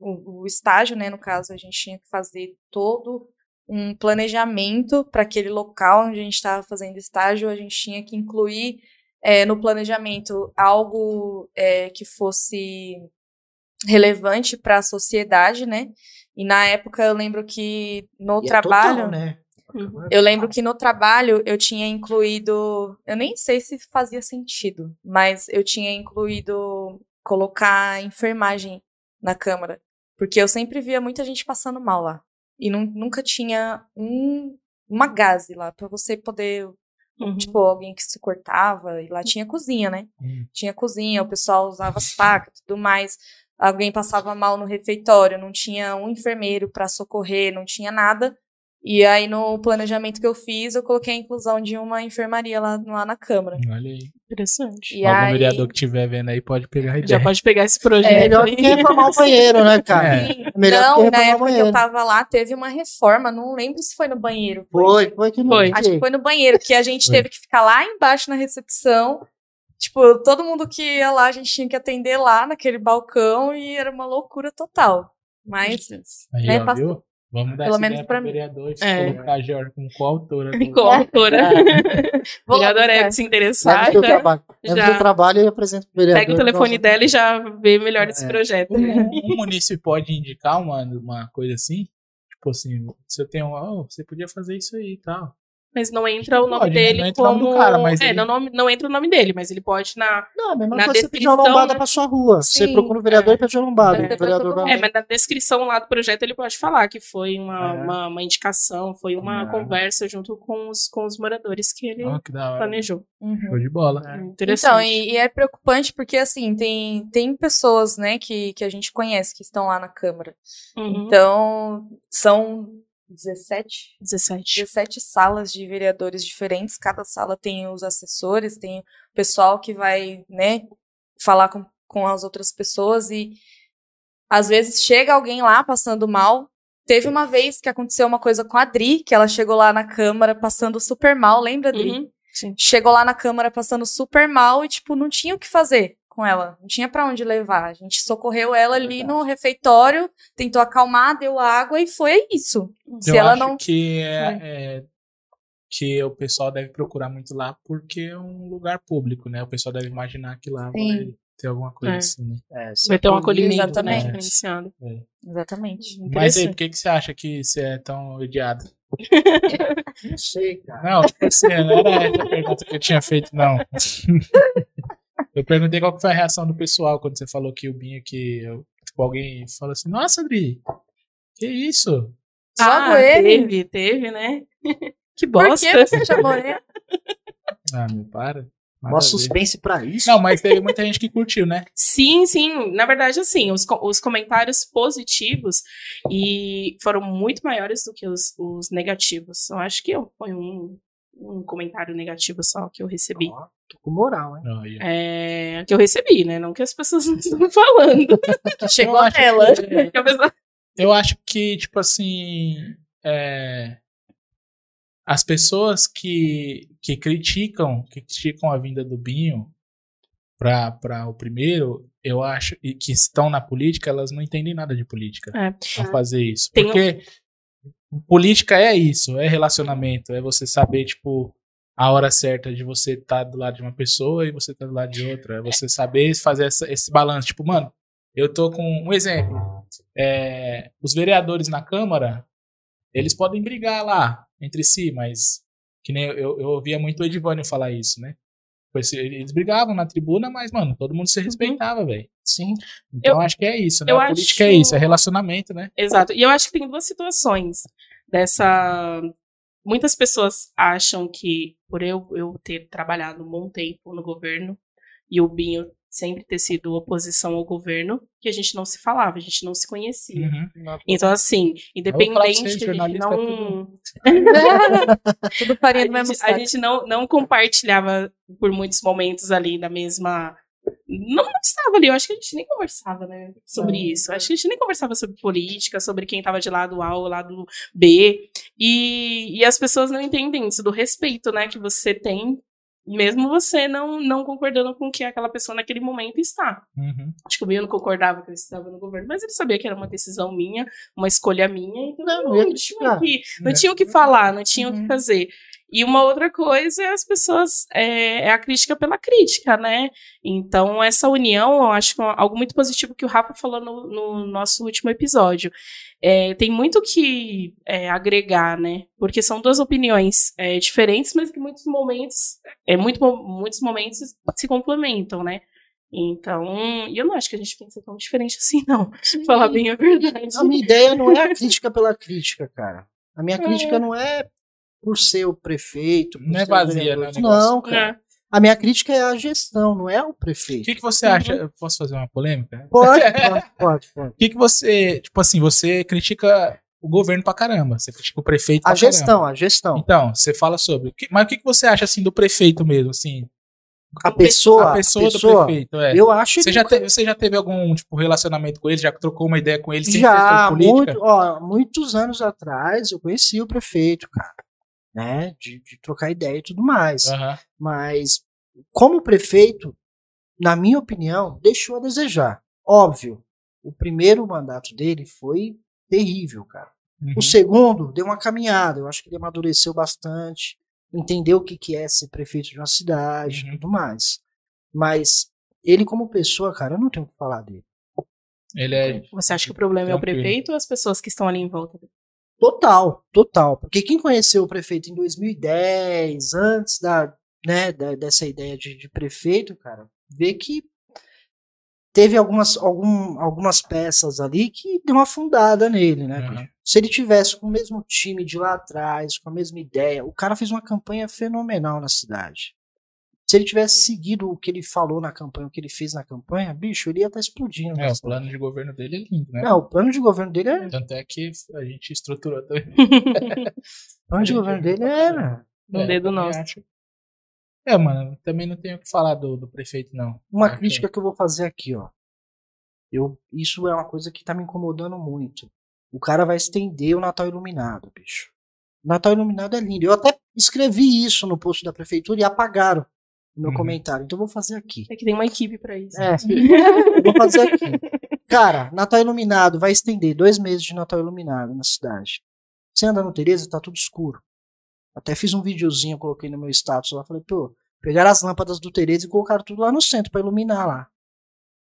S2: O, o estágio, né? No caso, a gente tinha que fazer todo um planejamento para aquele local onde a gente estava fazendo estágio, a gente tinha que incluir eh, no planejamento algo eh, que fosse relevante para a sociedade, né? E na época eu lembro que no
S3: E é
S2: trabalho.
S3: total, né?
S4: Uhum.
S2: Eu lembro que no trabalho eu tinha incluído. Eu nem sei se fazia sentido, mas eu tinha incluído colocar enfermagem na câmara. Porque eu sempre via muita gente passando mal lá. E nun- nunca tinha um, uma gaze lá pra você poder.
S4: Uhum.
S2: Tipo, alguém que se cortava. E lá tinha cozinha, né?
S1: Hum.
S2: Tinha cozinha, o pessoal usava as facas e tudo mais. Alguém passava mal no refeitório, não tinha um enfermeiro pra socorrer, não tinha nada. E aí, no planejamento que eu fiz, eu coloquei a inclusão de uma enfermaria lá, lá na Câmara.
S1: Olha aí.
S4: Interessante.
S2: E
S1: Algum
S2: aí,
S1: vereador que estiver vendo aí pode pegar a
S4: Já
S1: ideia.
S4: pode pegar esse projeto.
S2: É,
S3: Melhor
S4: aí.
S3: do que reformar o banheiro, né, cara?
S1: É.
S3: Melhor do que
S2: não, na
S3: reformar
S2: época
S3: o
S2: que eu
S3: banheiro.
S2: tava lá, teve uma reforma, não lembro se foi no banheiro.
S3: Foi, foi que não
S4: Foi.
S2: Acho que foi no banheiro, que a gente
S1: Foi.
S2: teve que ficar lá embaixo na recepção. Tipo, todo mundo que ia lá, a gente tinha que atender lá naquele balcão e era uma loucura total. Mas
S1: Aí,
S2: né,
S1: ó,
S2: passa-
S1: viu? Vamos dar
S2: Pelo
S1: essa
S2: menos
S1: ideia
S2: pra
S1: pro
S2: mim.
S1: vereador e
S4: É.
S1: colocar a Georgia como
S2: <laughs>
S1: coautora. do-
S4: Com a autora.
S1: É.
S4: <laughs>
S2: Vou lá
S4: Vereadora
S2: buscar.
S4: Eve se
S3: Leva
S4: interessar. Então,
S3: o seu
S4: já
S3: trabalho. Leva o
S4: já.
S3: seu trabalho e apresenta pro vereador.
S4: Pega o telefone
S3: Nós-
S4: dela e já vê melhor esse
S3: É.
S4: projeto.
S1: Um, um munícipe pode indicar uma, uma coisa assim? Tipo assim, se eu tenho, ó, você podia fazer isso aí e tal.
S4: Mas não entra o
S1: Não
S4: nome
S1: pode, né?
S4: dele
S1: Não entra o
S4: como.
S1: nome do cara, mas
S4: é,
S1: ele-
S4: não, nome- não entra o nome dele, mas ele pode na.
S3: Não, é a mesma
S4: Na
S3: coisa você pedir uma
S4: descrição,
S3: lombada
S4: né?
S3: pra sua rua. você
S2: Sim,
S3: procura o vereador e pede uma lombada.
S4: É.
S3: O vereador vai
S4: É, mas na descrição lá do projeto ele pode falar que foi uma,
S3: É.
S4: uma, uma indicação, foi uma
S3: É.
S4: conversa junto com os, com os moradores que ele
S1: Ó, que da hora.
S4: planejou.
S2: Uhum.
S1: Show de bola.
S3: É.
S2: Então,
S4: Interessante.
S2: e, e é preocupante porque, assim, tem, tem pessoas, né, que, que a gente conhece que estão lá na Câmara.
S4: Uhum.
S2: Então, são 17,
S4: 17.
S2: 17 salas de vereadores diferentes. Cada sala tem os assessores, tem o pessoal que vai, né, falar com, com as outras pessoas. E às vezes chega alguém lá passando mal. Teve uma vez que aconteceu uma coisa com a Adri, que ela chegou lá na Câmara passando super mal. Lembra, Adri?
S4: Uhum. Sim.
S2: chegou lá na Câmara passando super mal e, tipo, não tinha o que fazer com ela. Não tinha pra onde levar. A gente socorreu ela ali no refeitório, tentou acalmar, deu água e foi isso. Se
S1: Eu
S2: ela
S1: acho
S2: não.
S1: que é, é, que o pessoal deve procurar muito lá porque é um lugar público, né? O pessoal deve imaginar que lá
S2: Sim.
S1: vai ter alguma coisa
S4: É.
S1: assim, né?
S3: É,
S4: Vai ter um acolhimento
S2: Exatamente.
S4: né, diferenciado.
S1: Mas
S2: Exatamente.
S1: aí,
S4: Interessante.
S1: por que, que você acha que você é tão odiado?
S3: Não sei, cara.
S1: Não, assim, não era essa a pergunta que eu tinha feito, não. Eu perguntei qual que foi a reação do pessoal quando você falou que o Binho, que eu- tipo, alguém fala assim, nossa, Adri, que isso?
S2: Jogo
S4: ah,
S2: ele.
S4: Teve, teve, né? <laughs> que
S2: Por que
S4: bosta.
S2: você chamou <laughs> ele?
S1: Ah, meu, para. Nada a
S3: Mó
S1: ver.
S3: suspense pra isso.
S1: Não, mas teve muita gente que curtiu, né?
S4: Sim, sim. Na verdade, assim, os, co- os comentários positivos e foram muito maiores do que os, os negativos. Eu acho que eu- foi um, um comentário negativo só que eu recebi.
S3: Ó, tô com moral, hein?
S1: Não, eu-
S4: É, que eu recebi, né? Não que as pessoas <laughs> não estão falando.
S2: Chegou
S1: Eu
S2: a
S1: acho
S2: tela.
S1: que-
S4: Que a pessoa-
S1: eu acho que, tipo assim, é, as pessoas que, que criticam, que criticam a vinda do Binho pra, pra o primeiro, eu acho, e que estão na política, elas não entendem nada de política
S4: É.
S1: pra fazer isso.
S4: Tem um-
S1: Porque política é isso, é relacionamento, é você saber, tipo, a hora certa de você estar do lado de uma pessoa e você estar do lado de outra. É você saber fazer essa- esse balanço. Tipo, mano, eu tô com um exemplo. É, os vereadores na Câmara, eles podem brigar lá entre si, mas que nem eu, eu ouvia muito o Edivânio falar isso, né? Pois Eles brigavam na tribuna, mas, mano, todo mundo se respeitava, velho.
S3: Sim.
S1: Então acho que é isso, né?
S4: Uhum. eu
S1: A política é
S4: acho-
S1: isso, é relacionamento, né?
S4: Exato. E eu acho que tem duas situações dessa. Muitas pessoas acham que, por eu, eu ter trabalhado um bom tempo no governo e o Binho sempre ter sido oposição ao governo, que a gente não se falava, a gente não se conhecia. Então, assim,
S1: vou Uhum. falar pra
S4: independente,
S1: vocês,
S4: a gente
S1: jornalista é
S4: não,
S2: Tudo farinha do
S4: a
S2: mesmo
S4: gente, a
S2: saco.
S4: gente não, não compartilhava por muitos momentos ali da mesma. Não, não estava ali, eu acho que a gente nem conversava, né, sobre isso. Acho que a gente nem conversava sobre política, sobre quem estava de lado A ou lado B. E, e as pessoas não entendem isso, do respeito, né, que você tem, mesmo você não, não concordando com o que aquela pessoa naquele momento está.
S1: Uhum.
S4: Acho que o Binho não concordava que eu estava no governo, mas ele sabia que era uma decisão minha, uma escolha minha, então
S3: Não,
S4: não,
S3: ia criticar.
S4: tinha o que, não
S1: É.
S4: tinha o que falar, não tinha o
S2: Uhum.
S4: que fazer. E uma outra coisa é as pessoas, é, é a crítica pela crítica, né? Então, essa união, eu acho que é algo muito positivo que o Rafa falou no, no nosso último episódio. É, tem muito que é, agregar, né? Porque são duas opiniões é, diferentes, mas que em muitos momentos, é, muito, mo- muitos momentos se complementam, né? Então, e eu não acho que a gente pensa tão diferente assim, não. Falar bem a verdade.
S3: A minha ideia não é a crítica pela crítica, cara. A minha crítica não é por ser o prefeito. por
S1: Não é
S3: ser o
S1: vazia,
S3: vereador.
S1: né, o negócio?
S3: Não, cara.
S4: É.
S3: A minha crítica é a gestão, não é o
S1: O <laughs>
S3: prefeito.
S1: que, que você
S4: Uhum.
S1: acha? Eu posso fazer uma polêmica?
S3: Pode, pode, pode, pode.
S1: O que, que você, tipo assim, você critica o governo pra caramba, você critica o prefeito pra
S3: A gestão,
S1: caramba.
S3: a gestão.
S1: Então, você fala sobre. O que- Mas o que, que você acha, assim, do prefeito mesmo, assim?
S3: A pessoa,
S1: a pessoa, do prefeito, é.
S3: eu um acho
S1: Você
S3: que
S1: já, teve, você já teve algum tipo, relacionamento com ele? Já trocou uma ideia com ele sem
S3: já
S1: ser política?
S3: muito, ó, muitos anos atrás eu conheci o prefeito, cara, né, de, de trocar ideia e tudo mais.
S1: Aham.
S3: Mas como prefeito, na minha opinião, deixou a desejar. Óbvio, o primeiro mandato dele foi terrível, cara.
S1: Uhum.
S3: O segundo deu uma caminhada, eu acho que ele amadureceu bastante, entendeu o que, que é ser prefeito de uma cidade e
S1: Uhum.
S3: tudo mais. Mas ele, como pessoa, cara, eu não tenho o que falar dele.
S1: Ele é.
S4: Você acha que o problema é o
S1: Tranquilo.
S4: prefeito ou as pessoas que estão ali em volta?
S3: Total, total. Porque quem conheceu o prefeito em 2010, antes da, né, da- dessa ideia de, de prefeito, cara, vê que teve algumas, algum- algumas peças ali que deu uma afundada nele, né?
S1: Uhum.
S3: bicho? Se ele tivesse com o mesmo time de lá atrás, com a mesma ideia, o cara fez uma campanha fenomenal na cidade. Se ele tivesse seguido o que ele falou na campanha, o que ele fez na campanha, bicho, ele ia estar explodindo. na
S1: É, o
S3: cidade.
S1: plano de governo dele é lindo, né?
S3: Não, o plano de governo dele é
S1: Tanto é que a gente estruturou também.
S3: O plano de governo dele era
S4: No
S1: É,
S4: Um dedo
S1: também
S4: nosso.
S1: acho. É, mano, também não tenho o que falar do, do prefeito, não.
S3: uma
S1: Acho-
S3: crítica que eu vou fazer aqui, ó. Eu, isso é uma coisa que tá me incomodando muito. O cara vai estender o Natal Iluminado, bicho. Natal Iluminado é lindo. Eu até escrevi isso no post da prefeitura e apagaram o meu
S1: Uhum.
S3: comentário. Então eu vou fazer aqui.
S4: É que tem uma equipe pra isso.
S3: É, <laughs> eu vou fazer aqui. Cara, Natal Iluminado vai estender dois meses de Natal Iluminado na cidade. Você anda no Tereza, tá tudo escuro. Até fiz um videozinho, coloquei no meu status lá, falei, pô, pegaram as lâmpadas do Tereza e colocaram tudo lá no centro pra iluminar lá.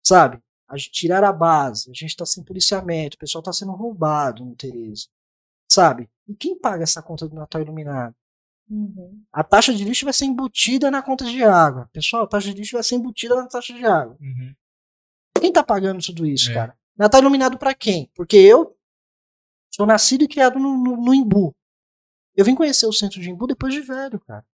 S3: sabe? A gente tirar a base, a gente tá sem policiamento, o pessoal tá sendo roubado no Tereza, sabe? E quem paga essa conta do Natal iluminado?
S2: Uhum.
S3: A taxa de lixo vai ser embutida na conta de água. Pessoal, a taxa de lixo vai ser embutida na taxa de água.
S1: Uhum.
S3: Quem tá pagando tudo isso,
S1: É.
S3: cara? Natal iluminado pra quem? Porque eu sou nascido e criado no, no, no Imbu. Eu vim conhecer o centro de Imbu depois de velho, cara.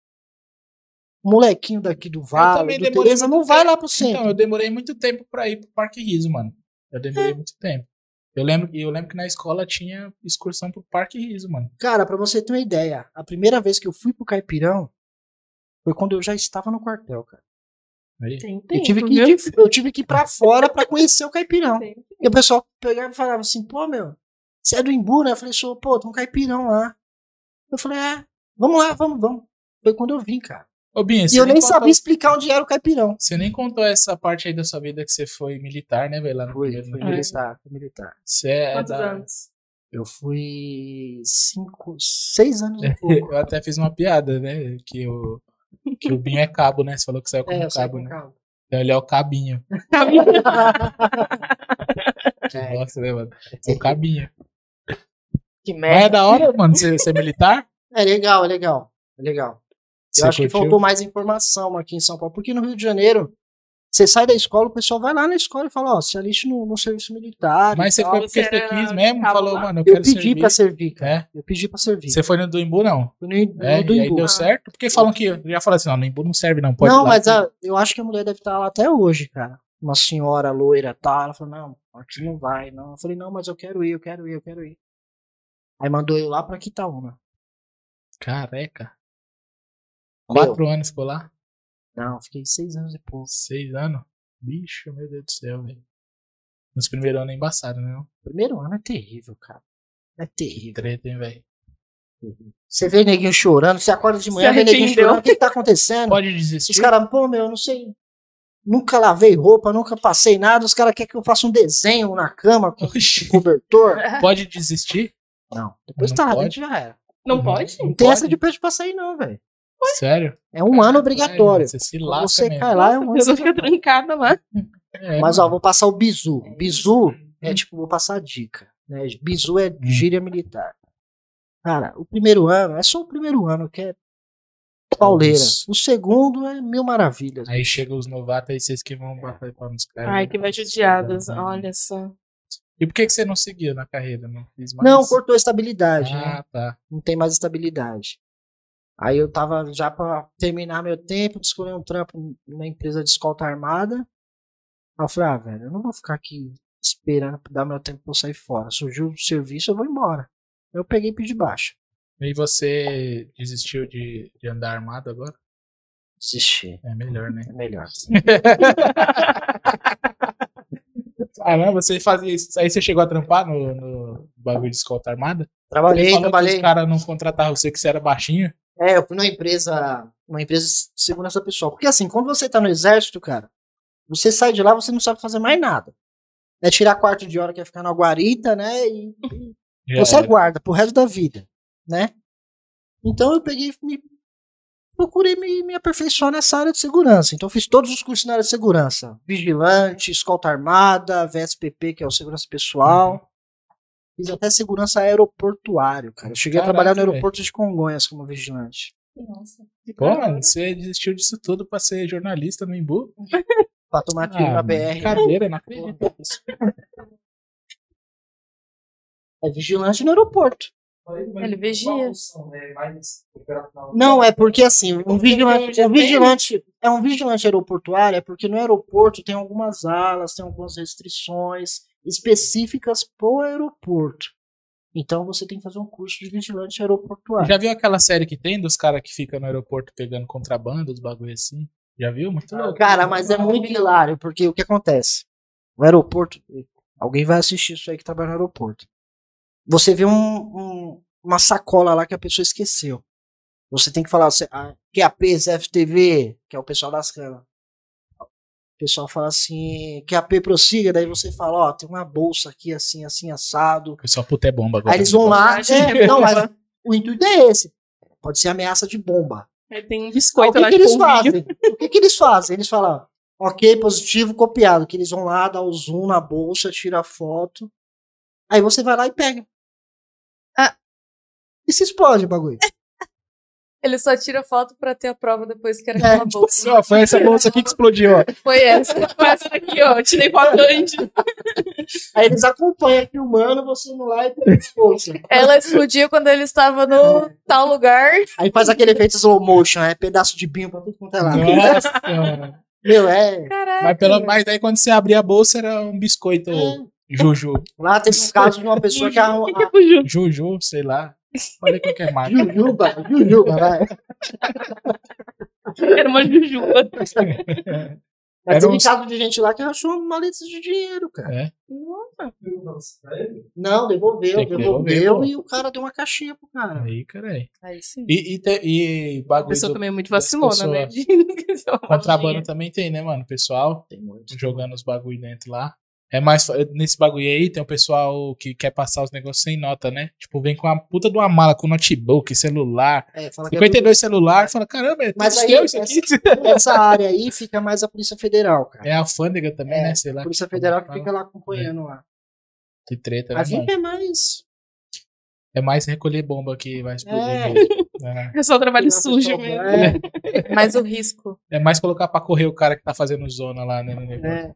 S3: O molequinho daqui do Vale,
S1: também
S3: do
S1: demorei
S3: Tereza,
S1: muito
S3: não vai
S1: tempo.
S3: lá pro centro.
S1: Então, eu demorei muito tempo pra ir pro Parque Riso, mano. Eu demorei
S3: É.
S1: muito tempo. Eu lembro, eu lembro que na escola tinha excursão pro Parque Riso, mano.
S3: Cara, pra você ter uma ideia, a primeira vez que eu fui pro Caipirão foi quando eu já estava no quartel, cara.
S1: Aí,
S4: Tem
S3: Eu
S4: tempo,
S3: tive que ir,
S4: viu? <laughs>
S3: de- eu tive que ir pra fora pra conhecer o Caipirão.
S4: Tem tempo.
S3: E o pessoal pegava e falava assim, pô, meu, você é do Imbu, né? Eu falei, sou, pô, tem um Caipirão lá. Eu falei, é, vamos lá, vamos, vamos. Foi quando eu vim, cara.
S1: Ô, Binha,
S3: E
S1: você
S3: eu nem
S1: contou-
S3: sabia explicar onde era o Caipirão.
S1: Você nem contou essa parte aí da sua vida que você foi militar, né, velho? Lá no primeiro
S4: É.
S1: lugar.
S3: militar, foi militar.
S1: Você é
S4: Quantos
S1: da...
S4: anos?
S3: Eu fui cinco, seis <laughs> anos e pouco.
S1: Eu até fiz uma piada, né? Que o, que o Binho é cabo, né? Você falou que saiu como
S3: é, eu saí
S1: cabo,
S3: com
S1: né?
S3: calma.
S1: Então ele é o cabinho.
S3: <laughs> É,
S1: Nossa, né, mano? É o cabinho.
S2: Que
S1: Mas é
S2: merda.
S1: da hora, mano, você ser militar?
S3: é legal, é legal, é legal.
S1: Você
S3: eu acho que
S1: curtiu?
S3: faltou mais informação aqui em São Paulo, porque no Rio de Janeiro, você sai da escola, o pessoal vai lá na escola e fala, ó, se aliste no, no serviço um militar.
S1: Mas
S3: e
S1: você
S3: tal.
S1: foi porque
S4: você
S1: você
S4: era
S1: quis mesmo?
S4: cabo
S1: Falou,
S4: lá?
S1: mano, eu
S3: Eu,
S1: quero
S3: pedi
S1: servir.
S3: pra servir, cara.
S1: É?
S3: Eu pedi pra servir.
S1: Você foi no do Imbu, não?
S3: Eu nem-
S1: É,
S3: eu do
S1: e aí
S3: Imbu.
S1: deu
S4: Ah.
S1: certo? Porque falam que. Eu já falaram assim, não, no Imbu não serve, não. Pode ir
S3: não,
S1: lá.
S3: mas a- eu acho que a mulher deve estar lá até hoje, cara. Uma senhora loira e tal. Ela falou, não, aqui não vai, não. Eu falei, não, mas eu quero ir, eu quero ir, eu quero ir. Aí mandou eu lá pra Quitaúna.
S1: Careca.
S3: Meu,
S1: Quatro anos ficou lá?
S3: Não, fiquei seis anos e pouco.
S1: Seis anos? Bicho, meu Deus do céu, velho. Nos primeiros anos é embaçado, né? não?
S3: Primeiro ano é terrível, cara. É terrível.
S1: Treta, hein, velho.
S3: Você vê neguinho chorando, você acorda de
S4: Se
S3: manhã, vê neguinho
S4: arrependeu.
S3: chorando, o que, que tá acontecendo?
S1: Pode
S3: Os
S1: desistir.
S3: caras, pô, meu, eu não sei. Nunca lavei roupa, nunca passei nada. Os caras querem que eu faça um desenho na cama com
S1: Oxi. <laughs>
S3: cobertor.
S1: Pode desistir?
S3: Não. Depois
S1: Não
S3: tá lá
S1: pode?
S3: dentro já era.
S4: Não
S1: Uhum.
S4: pode?
S3: Não tem
S1: Pode?
S3: essa de peixe pra sair, não, velho.
S1: Sério?
S3: É um ano obrigatório.
S1: Ai, Você se
S3: Quando
S1: lasca
S3: você
S1: mesmo.
S3: cai lá, é um ano
S4: Eu vou ficar
S3: obrigatório.
S4: trancada lá.
S1: É, Hum.
S3: Mas, ó,
S1: mano.
S3: vou passar o bizu. Bizu é tipo, vou passar a dica. Né? Bizu
S1: Hum.
S3: é gíria militar. Cara, o primeiro ano, é só o primeiro ano que é pauleira.
S1: Isso.
S3: O segundo é mil maravilhas.
S1: Aí chega os novatos aí vocês que vão bater pau nos caras.
S4: Ai,
S1: né?
S4: que vai judiadas. Olha só.
S1: E por que, que você não seguiu na carreira? Não fiz mais?
S3: Não, cortou a estabilidade, né?
S1: Ah, tá.
S3: não tem mais estabilidade. Aí eu tava já pra terminar meu tempo, escolhi um trampo na empresa de escolta armada. Aí eu falei, ah, velho, eu não vou ficar aqui esperando dar meu tempo pra eu sair fora. Surgiu o serviço, eu vou embora. Eu peguei e pedi baixa.
S1: E você desistiu de, de andar armado agora?
S3: Desisti.
S1: É melhor,
S3: <laughs>
S1: né?
S3: É melhor.
S1: <laughs>
S3: Ah,
S1: Caramba, você fazia isso. Aí você chegou a trampar no, no bagulho de escolta armada? Você
S3: Trabalhei,
S1: falou Que
S3: trabalhei.
S1: os caras não contratavam você que você era baixinho.
S3: É, eu fui numa empresa, uma empresa de segurança pessoal. Porque assim, quando você tá no exército, cara, você sai de lá, você não sabe fazer mais nada. É tirar quarto de hora que é ficar na guarita, né? E
S1: Já
S3: você
S1: era.
S3: guarda pro resto da vida, né? Então eu peguei e me procurei me, me aperfeiçoar nessa área de segurança. Então eu fiz todos os cursos na área de segurança, vigilante, escolta armada, VSPP, que é o segurança pessoal.
S1: Uhum.
S3: Fiz até segurança aeroportuário, cara. Eu cheguei
S1: Caraca,
S3: a trabalhar no
S1: velho.
S3: aeroporto de Congonhas como vigilante.
S2: Nossa.
S1: Pô, mano, você desistiu disso tudo pra ser jornalista no Imbu? Ah,
S3: Pra tomar tiro na
S1: mano,
S3: BR.
S1: Brincadeira, não acredito. nisso.
S3: É vigilante no aeroporto.
S2: Ele vigia.
S3: Não, é porque assim, um vigilante,
S4: já
S3: um
S4: tem?
S3: vigilante- é um vigilante aeroportuário, é porque no aeroporto tem algumas alas, tem algumas restrições específicas pro aeroporto. Então você tem que fazer um curso de vigilante aeroportuário.
S1: Já viu aquela série que tem dos caras que ficam no aeroporto pegando contrabando, os bagulho assim? Já viu? Muito louco.
S3: Cara, mas é muito hilário, porque o que acontece? O aeroporto, alguém vai assistir isso aí que trabalha no aeroporto. Você vê um- um- uma sacola lá que a pessoa esqueceu. Você tem que falar assim, ah, QAP, ZFTV, que é o pessoal das câmeras. O pessoal fala assim, QAP prossiga, daí você fala, ó, tem uma bolsa aqui assim, assim, assado.
S1: O pessoal puta é bomba agora.
S3: Aí eles vão lá,
S4: Verdade, é
S3: é, <laughs> não, mas
S4: bomba.
S3: o intuito é esse. Pode ser ameaça de bomba.
S4: Aí tem um
S3: Aí, Então, o
S4: biscoito
S3: que,
S4: lá um
S3: que
S4: de
S3: eles
S4: polvilho.
S3: fazem? O que, que eles fazem? Eles falam, Ok, positivo, copiado. Que eles vão lá, dá o zoom na bolsa, tira a foto. Aí você vai lá e pega.
S2: Ah.
S3: E se explode o bagulho.
S2: Ele só tira foto pra ter a prova depois que era
S3: É,
S2: aquela bolsa.
S1: tipo assim, Ó, foi essa bolsa aqui que explodiu, ó.
S2: <laughs> Foi essa.
S4: Passa aqui, ó. Tirei foto antes.
S3: Aí eles acompanham filmando, você indo lá e pega a bolsa.
S2: Ela explodiu quando ele estava no tal lugar.
S3: Aí faz aquele efeito slow motion, é pedaço de binho pra tudo quanto é lado.
S1: Nossa, senhora.
S3: Meu, é.
S2: Caraca.
S1: mas, pelo, mas daí quando você abria a bolsa era um biscoito
S3: Hum.
S1: Juju.
S3: É. Lá teve um caso de uma pessoa que arrumou.
S4: O que é buju?
S1: Juju, sei lá. Falei qualquer é <laughs>
S3: <laughs>
S1: marca.
S3: Jujuba, Jujuba, vai.
S4: Era uma jujuba.
S3: Mas
S1: Era
S3: teve um
S1: uns-
S3: caso de gente lá que achou maletas de dinheiro, cara.
S1: É,
S3: Não, devolveu,
S1: Tem que
S3: devolveu
S1: devolver,
S3: e o cara deu uma caixinha pro cara.
S1: Aí, caralho.
S2: Aí sim.
S1: E, e, te- e
S4: A
S1: bagulho
S4: pessoa
S1: do
S4: também é muito
S1: das
S4: vacilona, né?
S1: pessoas.
S4: <laughs> De- sei lá,
S1: contrabando também tem, né, mano? Pessoal
S3: Tem muito.
S1: jogando os bagulho dentro lá. É mais. fa- Nesse bagulho aí tem o pessoal que quer passar os negócios sem nota, né? Tipo, vem com uma puta de uma mala, com notebook, celular.
S3: É, fala que é
S1: 52 celular, fala, caramba, é tudo
S3: Mas aí, assim.
S1: seu isso aqui.
S3: tudo- <laughs> essa área aí fica mais a Polícia Federal, cara.
S1: É a alfândega também,
S3: É,
S1: né? Sei lá.
S3: A Polícia Federal que
S1: Fala.
S3: fica lá acompanhando lá.
S1: Que treta, né,
S3: A VIP
S1: mano?
S3: é mais.
S1: É mais recolher bomba que vai explodir.
S3: É.
S1: mesmo. É.
S4: É só trabalho
S3: Nossa,
S4: sujo
S3: só-
S4: mesmo.
S3: É,
S2: Mas o risco.
S1: É mais colocar pra correr o cara que tá fazendo zona lá, né? No negócio.
S3: né?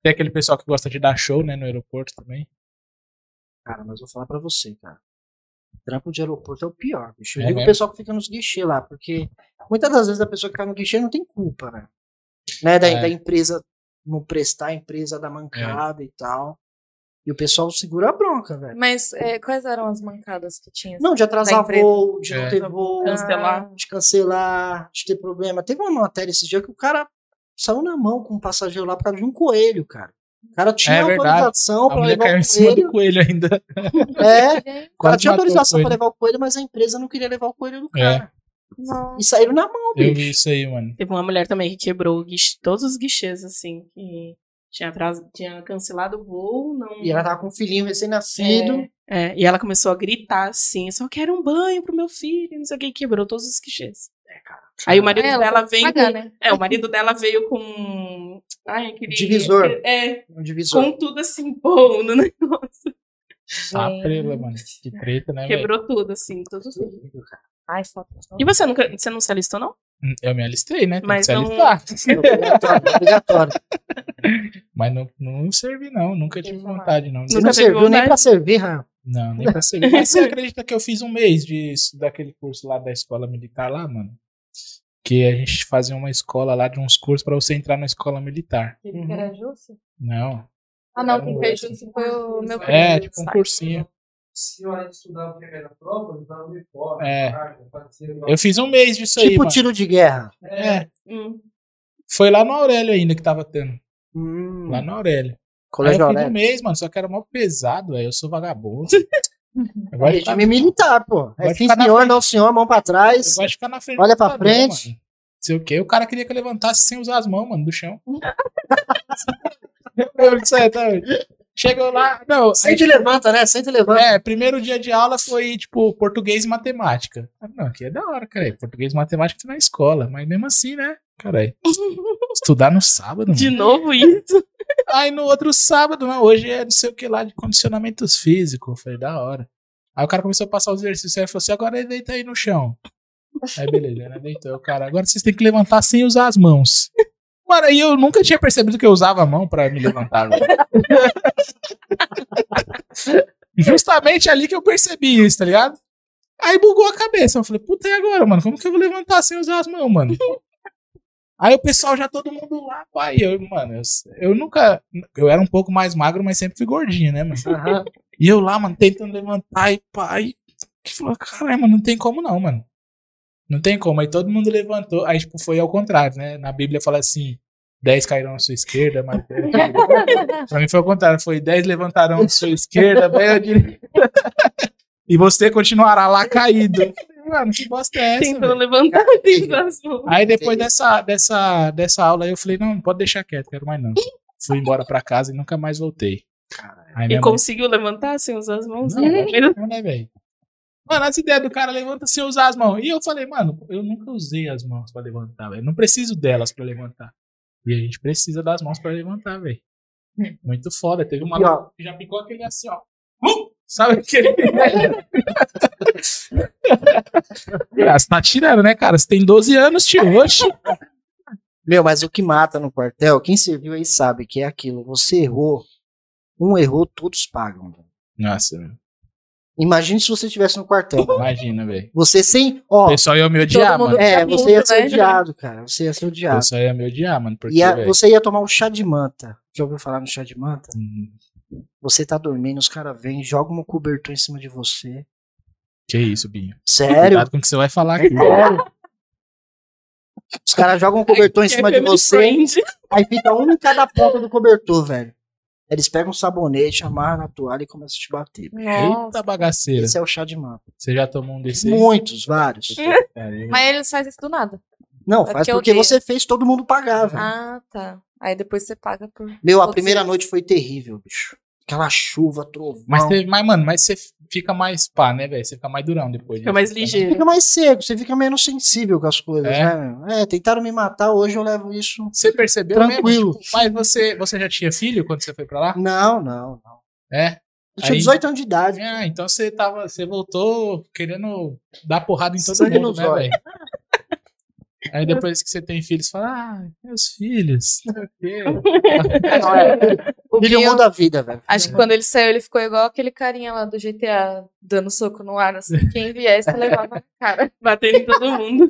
S1: Tem aquele pessoal que gosta de dar show, né? No aeroporto também.
S3: Cara, mas vou falar pra você, cara. Trampo de aeroporto é o pior, bicho. Eu
S1: É
S3: digo o
S1: mesmo?
S3: pessoal que fica nos guichês lá, porque muitas das vezes a pessoa que tá no guichê não tem culpa, né? Né, Da,
S1: É.
S3: da empresa não prestar, a empresa da mancada e tal. E o pessoal segura a bronca, velho.
S2: Mas é, quais eram as mancadas que tinha? Ah,
S3: Não, de atrasar
S2: empresa.
S3: voo, de
S1: É.
S3: não ter voo,
S4: Cancelar.
S3: de cancelar, de ter problema. Teve uma matéria esse dia que o cara saiu na mão com um passageiro lá por causa de um coelho, cara. O cara tinha
S1: É verdade.
S3: autorização
S1: A
S3: pra
S1: mulher
S3: levar
S1: caiu em
S3: o
S1: cima do
S3: coelho.
S1: coelho ainda.
S3: É, o
S2: Gente,
S3: cara tinha
S1: matou o
S3: autorização pra
S1: coelho.
S3: levar o coelho, mas a empresa não queria levar o coelho do
S1: É.
S3: cara.
S2: não.
S3: E saíram na mão,
S1: Eu vi
S3: bicho.
S1: isso aí, mano.
S4: Teve uma mulher também que quebrou o guichê- todos os guichês, assim, que tinha, atras... tinha cancelado o voo, não.
S3: E ela tava com um filhinho recém-nascido.
S4: É, e ela começou a gritar assim: "Eu só quero um banho pro meu filho, não sei o que, quebrou todos os guichês. Aí o marido
S2: É, ela
S4: dela
S2: vai
S4: vem.
S2: pagar,
S4: com-
S2: né?
S4: É, o marido dela veio com. Ai, aquele.
S3: Divisor.
S4: É,
S3: Um divisor.
S4: com tudo assim, bom no negócio.
S1: Ah,
S2: Gente.
S1: prela, mano. Que treta,
S2: É,
S1: né, velho?
S4: Quebrou tudo, assim, todos os.
S2: Ai, foto.
S4: E você nunca. Você não se alistou, não?
S1: Eu me alistei, né? Tem
S4: Mas
S1: que se
S4: não-
S1: alistar.
S3: Obrigatório, obrigatório. <laughs>
S1: Mas não, não servi, não. Nunca tive
S2: tomar.
S1: vontade, não.
S3: Você
S4: Nunca
S3: não
S4: teve
S3: serviu nem
S4: vontade?
S3: pra servir, Rafa.
S1: Não, nem pra servir. Mas você acredita que eu fiz um mês de, daquele curso lá da escola militar lá, mano? Que a gente fazia uma escola lá de uns cursos pra você entrar na escola militar.
S3: Uhum.
S2: Era justo?
S1: Não.
S2: Ah, não, quem fez justo foi o meu
S1: É,
S2: primeiro
S1: tipo um
S2: saco.
S1: cursinho.
S5: Se eu ainda estudava porque era prova, eu estava meio fora.
S1: É.
S5: carga, fazia-
S1: Eu fiz um mês disso aí,
S3: Tipo
S1: mano.
S3: tiro de guerra.
S1: É,
S4: Hum.
S1: foi lá no Aurélio ainda que tava tendo.
S3: Hum, né?
S1: Lá no Aurélio. Aí
S3: colégio
S1: eu fiz um
S3: Aurélio.
S1: mês, mano, só que era mó pesado, velho. Eu sou vagabundo. tá- Eu gosto de ficar-
S3: Regime militar, pô. É
S1: Vai
S3: sim,
S1: ficar na
S3: senhor, não, senhor, mão pra
S1: eu
S3: trás.
S1: gosto de ficar na frente.
S3: Olha
S1: do
S3: pra
S1: computador,
S3: frente.
S1: mano. Não sei o quê. O cara queria que eu levantasse sem usar as mãos, mano, do
S3: <laughs>
S1: chão. Eu disse, "É, tá, Chegou lá. Não, aí
S3: Sente e levanta, né? Sente e levanta.
S1: É, primeiro dia de aula foi, tipo, português e matemática. Ah, Não, aqui é da hora, cara. Português e matemática tá na escola, mas mesmo assim, né?
S3: <laughs>
S1: Caralho. Estudar no sábado,
S4: De
S1: mano.
S4: novo isso.
S1: Aí no outro sábado, não, hoje é não sei o que lá de condicionamentos físicos. Eu Falei, da hora. Aí o cara começou a passar os exercícios. Aí ele falou assim: agora deita aí no chão. Aí beleza, né? Deitou. O cara, agora vocês têm que levantar sem usar as mãos. Mano, aí eu nunca tinha percebido que eu usava a mão pra me levantar. né? velho. <laughs> Justamente ali que eu percebi isso, tá ligado? Aí bugou a cabeça. Eu falei, puta, e agora, mano? Como que eu vou levantar sem usar as mãos, mano? Aí o pessoal já todo mundo lá, pai. Eu, mano, eu, eu nunca. Eu era um pouco mais magro, mas sempre fui gordinho, né, mano? <laughs>
S3: Aham.
S1: E eu lá, mano, tentando levantar e pai. Que falou, caralho, mano, não tem como não, mano. Não tem como. Aí todo mundo levantou. Aí, tipo, foi ao contrário, né? Na Bíblia fala assim: 10 cairão à sua esquerda, mas. um
S2: <laughs>
S1: pra mim foi ao contrário. Foi 10 levantarão à sua esquerda, bem à direita. <laughs> e você continuará lá caído. Mano, que bosta é essa?
S4: Tentando
S1: velho?
S4: levantar dentro <laughs> das mãos.
S2: Ah,
S1: Aí depois
S3: Entendi.
S1: dessa, dessa, dessa aula aí eu falei, não, pode deixar quieto, quero mais não. Fui embora pra casa e nunca mais voltei.
S3: Caralho.
S1: Aí
S4: E
S1: minha mãe,
S4: conseguiu levantar sem usar as mãos? assim,
S1: Não, não, né, velho? Mano, essa ideia do cara levanta sem usar as mãos. E eu falei, mano, eu nunca usei as mãos pra levantar, velho. Não preciso delas pra levantar. E a gente precisa das mãos pra levantar, velho. Muito foda. Teve uma
S3: Hum. E, ó.
S1: que já picou aquele assim, ó. Uh! Sabe aquele. <laughs> ah, você tá tirando, né, cara? Você tem 12 anos, tio. Oxe.
S3: Meu, mas o que mata no quartel, quem serviu aí sabe que é aquilo. Você errou, um errou, todos pagam. velho.
S1: Nossa, velho.
S3: Imagina se você estivesse no quartel.
S1: imagina, velho.
S3: Você sem.
S1: O
S3: Ó,
S1: pessoal ia me odiar,
S2: Todo mundo-
S1: mano.
S3: é,
S2: tá
S3: você ia
S2: puto,
S3: ser
S2: né?
S3: odiado, cara. Você ia ser
S1: O
S3: odiado.
S1: pessoal ia me odiar, mano. Porque,
S3: Ia,
S1: velho.
S3: você ia tomar um chá de manta. Já ouviu falar no chá de manta?
S1: hum,
S3: Você tá dormindo, os caras vêm, jogam uma cobertura em cima de você.
S1: Que isso, Binho.
S3: Sério? Então,
S1: Cuidado com o que você vai falar aqui.
S3: Os caras jogam um cobertor em
S4: é
S3: cima de você. Aí fica um em cada ponta do cobertor, velho. Eles pegam um sabonete, amarram na toalha e começam a te bater.
S1: Eita
S2: Nossa.
S1: bagaceira.
S3: Esse é o chá de manta.
S1: Você já tomou um desse aí?
S3: Muitos, vários.
S1: Caralho.
S2: Mas eles fazem isso do nada.
S3: Não,
S2: É
S3: faz
S2: porque eu
S3: porque
S2: odeio.
S3: você fez todo mundo pagar, velho.
S2: Ah, tá. Aí depois você paga por.
S3: Meu, a
S2: Todos
S3: primeira
S2: eles.
S3: noite foi terrível, bicho. Aquela chuva, trovão.
S1: Mas, teve- mas, mano, mas você fica mais pá, né, velho? Você fica mais durão depois.
S4: Fica
S1: né?
S4: mais
S3: Você
S4: ligeiro.
S3: fica mais seco, você fica menos sensível com as coisas,
S1: É.
S3: né? meu? É, tentaram me matar, hoje eu levo isso.
S1: Você percebeu
S3: Tranquilo.
S1: mesmo? Tipo, mas você, você já tinha filho quando você foi pra lá?
S3: Não, não, não.
S1: É?
S3: Eu tinha
S1: Aí-
S3: 18 anos de idade.
S1: Ah, então você tava, você voltou querendo dar porrada em todo
S3: Sangue
S1: mundo,
S3: nos
S1: né,
S3: olhos.
S1: velho? Aí depois que você tem filhos, você fala, ah, meus filhos, não sei o
S3: <laughs>
S1: quê.
S3: é.
S2: O
S3: Filho
S2: Bill,
S3: muda a vida, velho.
S2: acho que quando ele saiu, ele ficou igual aquele carinha lá do GTA, dando soco no ar, assim. Quem viesse, levava na
S4: <laughs>
S2: cara.
S4: Batendo em todo mundo.